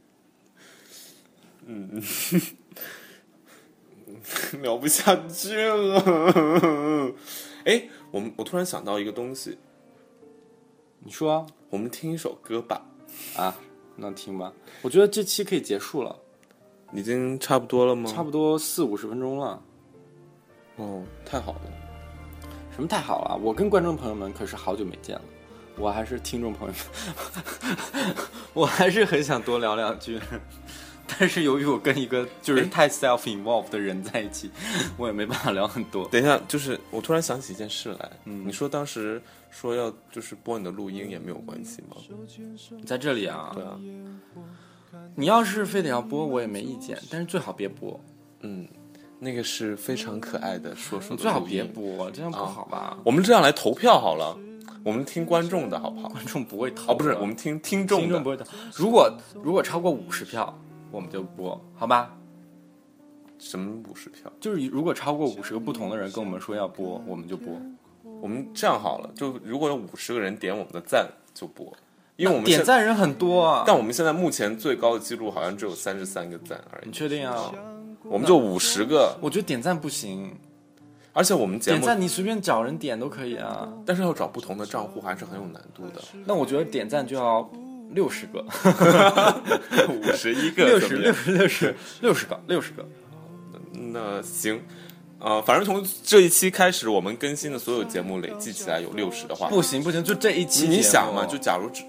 [SPEAKER 3] 聊不下去了。哎，我们我突然想到一个东西，
[SPEAKER 2] 你说
[SPEAKER 3] 我们听一首歌吧，
[SPEAKER 2] 啊，能听吗？我觉得这期可以结束了，
[SPEAKER 3] 已经差不多了吗？
[SPEAKER 2] 差不多四五十分钟了。
[SPEAKER 3] 多。哦，太好了，
[SPEAKER 2] 什么太好了？我跟观众朋友们可是好久没见了，我还是听众朋友们， 我还是很想多聊两句，但是由于我跟一个就是太 self involved 的人在一起，我也没办法聊很多。
[SPEAKER 3] 等一下，就是我突然想起一件事来，
[SPEAKER 2] 嗯
[SPEAKER 3] 你说当时说要就是播你的录音也没有关系吗？
[SPEAKER 2] 在这里啊
[SPEAKER 3] 对，啊，
[SPEAKER 2] 你要是非得要播，我也没意见，但是最好别播，
[SPEAKER 3] 嗯，那个是非常可爱的说说
[SPEAKER 2] 你
[SPEAKER 3] 的
[SPEAKER 2] 最好
[SPEAKER 3] 录音
[SPEAKER 2] 别播，这样不好吧？
[SPEAKER 3] 我们这样来投票好了，我们听观众的好不好？
[SPEAKER 2] 观众不会投的，
[SPEAKER 3] 哦，不是，我们听听众
[SPEAKER 2] 听
[SPEAKER 3] 的
[SPEAKER 2] 众不。会投。如果如果超过五十票，我们就播，好吧？
[SPEAKER 3] 什么五十票？
[SPEAKER 2] 就是如果超过五十个不同的人跟我们说要播，我们就播。
[SPEAKER 3] 我们这样好了，就如果有五十个人点我们的赞就播，因为我们
[SPEAKER 2] 点
[SPEAKER 3] 现在，
[SPEAKER 2] 赞人很多啊。
[SPEAKER 3] 但我们现在目前最高的记录好像只有三十三个赞而
[SPEAKER 2] 你
[SPEAKER 3] 已，
[SPEAKER 2] 确定啊？
[SPEAKER 3] 我们就五十个，
[SPEAKER 2] 我觉得点赞不行，
[SPEAKER 3] 而且我们节
[SPEAKER 2] 点
[SPEAKER 3] 目，
[SPEAKER 2] 赞你随便找人点都可以啊。
[SPEAKER 3] 但是要找不同的账户还是很有难度 的，
[SPEAKER 2] 那我觉得点赞就要六十个，
[SPEAKER 3] 五十一个
[SPEAKER 2] 六
[SPEAKER 3] 怎
[SPEAKER 2] 十
[SPEAKER 3] 么
[SPEAKER 2] 六
[SPEAKER 3] 样？
[SPEAKER 2] 十六十六十个六十个。
[SPEAKER 3] 那行。呃，反正从这一期开始，我们更新的所有节目累计起来有六十的话，
[SPEAKER 2] 不哦行不行，就这一期
[SPEAKER 3] 你
[SPEAKER 2] 节目
[SPEAKER 3] 想嘛，就假如只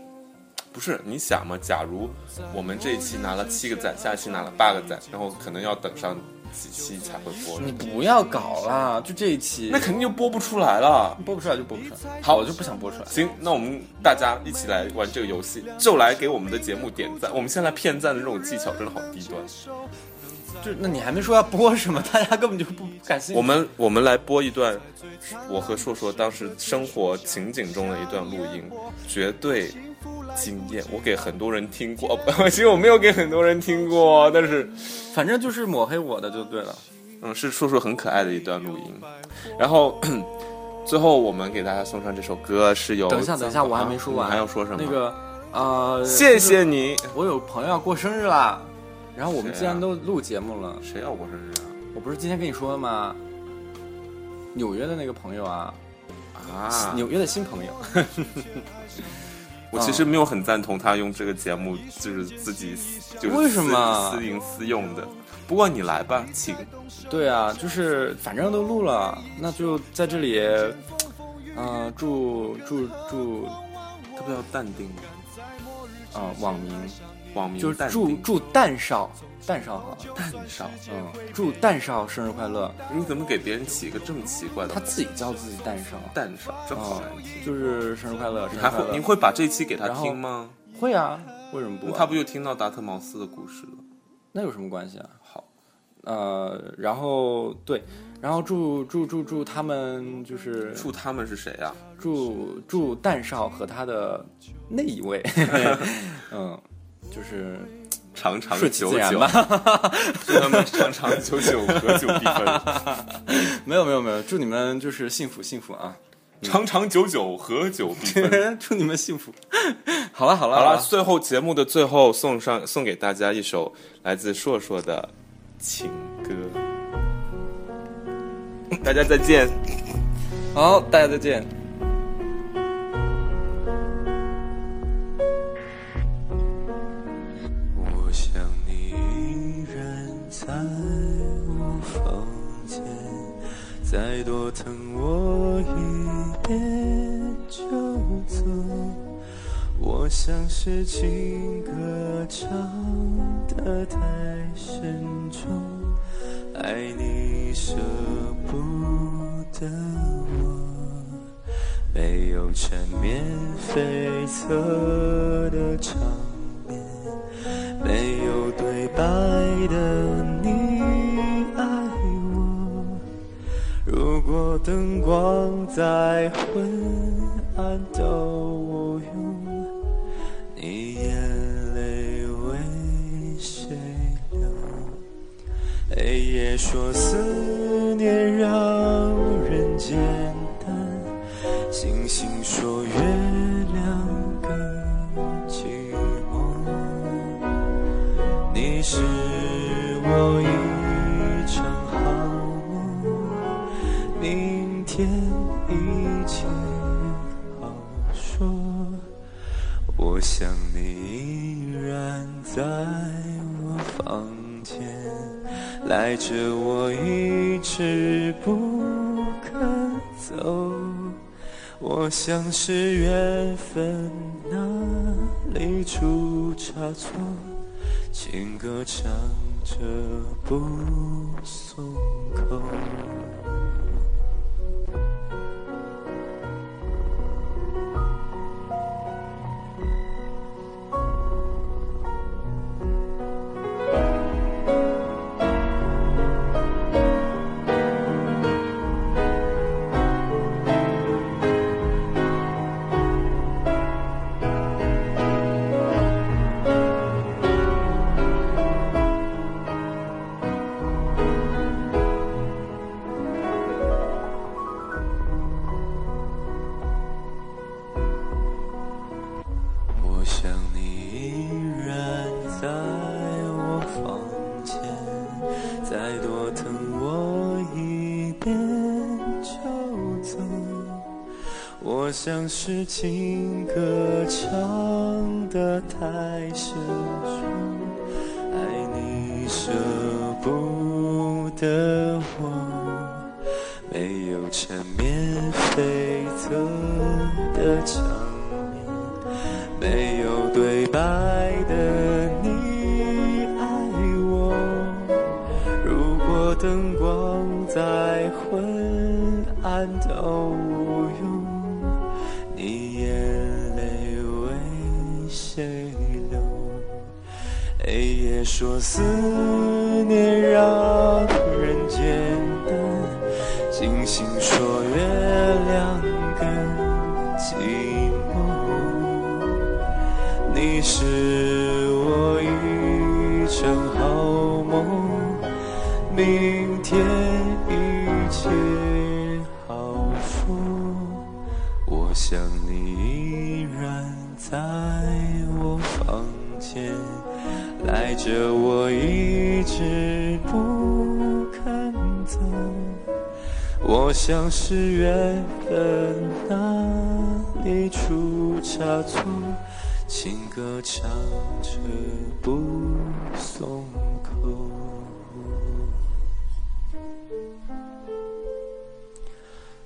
[SPEAKER 3] 不是你想嘛，假如我们这一期拿了七个赞，下一期拿了八个赞，然后可能要等上几期才会播，
[SPEAKER 2] 你不要搞啦，就这一期。
[SPEAKER 3] 那肯定就啊播不出来了。
[SPEAKER 2] 播不出来就播不出来，
[SPEAKER 3] 好
[SPEAKER 2] 我就不想播出来。
[SPEAKER 3] 行，那我们大家一起来玩这个游戏，就来给我们的节目点赞。我们现在骗赞的这种技巧真的好低端。
[SPEAKER 2] 就那你还没说要播什么， 大家根本就不不感兴趣。
[SPEAKER 3] 我们我们来播一段我和硕硕当时生活情景中的一段录音，绝对惊艳。我给很多人听过， 哦其实我没有给很多人听过，但是。
[SPEAKER 2] 反正就是抹黑我的就对了。
[SPEAKER 3] 嗯，是硕硕很可爱的一段录音。然后最后我们给大家送上这首歌是由啊
[SPEAKER 2] 等一下等一下，我还没说完。
[SPEAKER 3] 你还要说什么？
[SPEAKER 2] 那个呃，
[SPEAKER 3] 谢谢你。
[SPEAKER 2] 我有朋友要过生日啦，然后我们
[SPEAKER 3] 谁啊
[SPEAKER 2] 既然都录节目了，
[SPEAKER 3] 谁啊要过生日
[SPEAKER 2] 我不是今天跟你说了吗？纽约的那个朋友啊，
[SPEAKER 3] 啊？啊，
[SPEAKER 2] 纽约的新 朋友，
[SPEAKER 3] 我其
[SPEAKER 2] 嗯
[SPEAKER 3] 实没有很赞同他用这个节目，就是自己就是
[SPEAKER 2] 为什么
[SPEAKER 3] 私私营私用的？不过你来吧，请。
[SPEAKER 2] 对啊，就是反正都录了，那就在这里，嗯、祝祝祝，
[SPEAKER 3] 特别要淡定，
[SPEAKER 2] 啊、网民
[SPEAKER 3] 网名
[SPEAKER 2] 就是
[SPEAKER 3] 淡
[SPEAKER 2] 祝
[SPEAKER 3] 定
[SPEAKER 2] 祝蛋少，蛋少好，
[SPEAKER 3] 淡少。
[SPEAKER 2] 嗯，祝蛋少生日快乐，
[SPEAKER 3] 你怎么给别人起一个这么奇怪的
[SPEAKER 2] 他
[SPEAKER 3] 名字？
[SPEAKER 2] 自己叫自己蛋少，
[SPEAKER 3] 淡少，真好
[SPEAKER 2] 啊、
[SPEAKER 3] 难听。
[SPEAKER 2] 就是生日快乐，生
[SPEAKER 3] 你
[SPEAKER 2] 日
[SPEAKER 3] 还
[SPEAKER 2] 快乐
[SPEAKER 3] 会，你会把这期给他
[SPEAKER 2] 然后
[SPEAKER 3] 听吗？
[SPEAKER 2] 会啊？为什么不、
[SPEAKER 3] 那
[SPEAKER 2] 啊？
[SPEAKER 3] 他不就听到达特茅斯的故事了？
[SPEAKER 2] 那有什么关系啊？
[SPEAKER 3] 好，
[SPEAKER 5] 呃，然后对，然后祝祝祝祝他们就是
[SPEAKER 3] 祝他们是谁啊呀、
[SPEAKER 5] 祝祝蛋少和他的那一位，嗯，就是
[SPEAKER 3] 长长
[SPEAKER 5] 顺其
[SPEAKER 3] 久
[SPEAKER 5] 自然
[SPEAKER 3] 久，
[SPEAKER 5] 吧。
[SPEAKER 3] 祝他们长长久久，合久 必分。
[SPEAKER 5] 没有没有没有，祝你们就是幸福幸福啊！
[SPEAKER 3] 长长久久，合久必分。
[SPEAKER 5] 祝你们幸福。 好了好了
[SPEAKER 3] 好了，
[SPEAKER 5] 了，
[SPEAKER 3] 最后节目的最后送上送给大家一首来自硕硕的情 歌，大家再见。
[SPEAKER 5] 好，大家再见。
[SPEAKER 2] 我想你依然在我房间，再多疼我一点就走。我像是情歌唱得太慎重，爱你舍不得我。没有缠绵悱恻的场面，没有对白的你爱我。如果灯光再昏暗都无用，你眼泪为谁流？黑夜哎说思念让人简单，星星说月亮更寂寞。你是我一场好梦，明天一切好说。我想你依然在我房间，赖着我一直不肯走。我想是缘分哪里出差错，情歌唱着不松口。我想你依然在我房间，再多疼我一点就走。我像是情歌唱得太慎重，爱你舍不得我。没有缠绵悱恻的场面，没有对白的你爱我。如果灯光再昏暗都无用，你眼泪为谁流？黑夜说思念让人简单，星星说月亮更寂寞。你是我一场好梦，明天一切好说。我想你依然在我房间，赖着我一直不肯走。我像是缘分哪里出差错，情歌唱着不松口。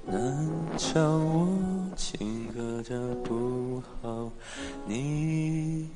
[SPEAKER 2] 能唱我情歌的不好，你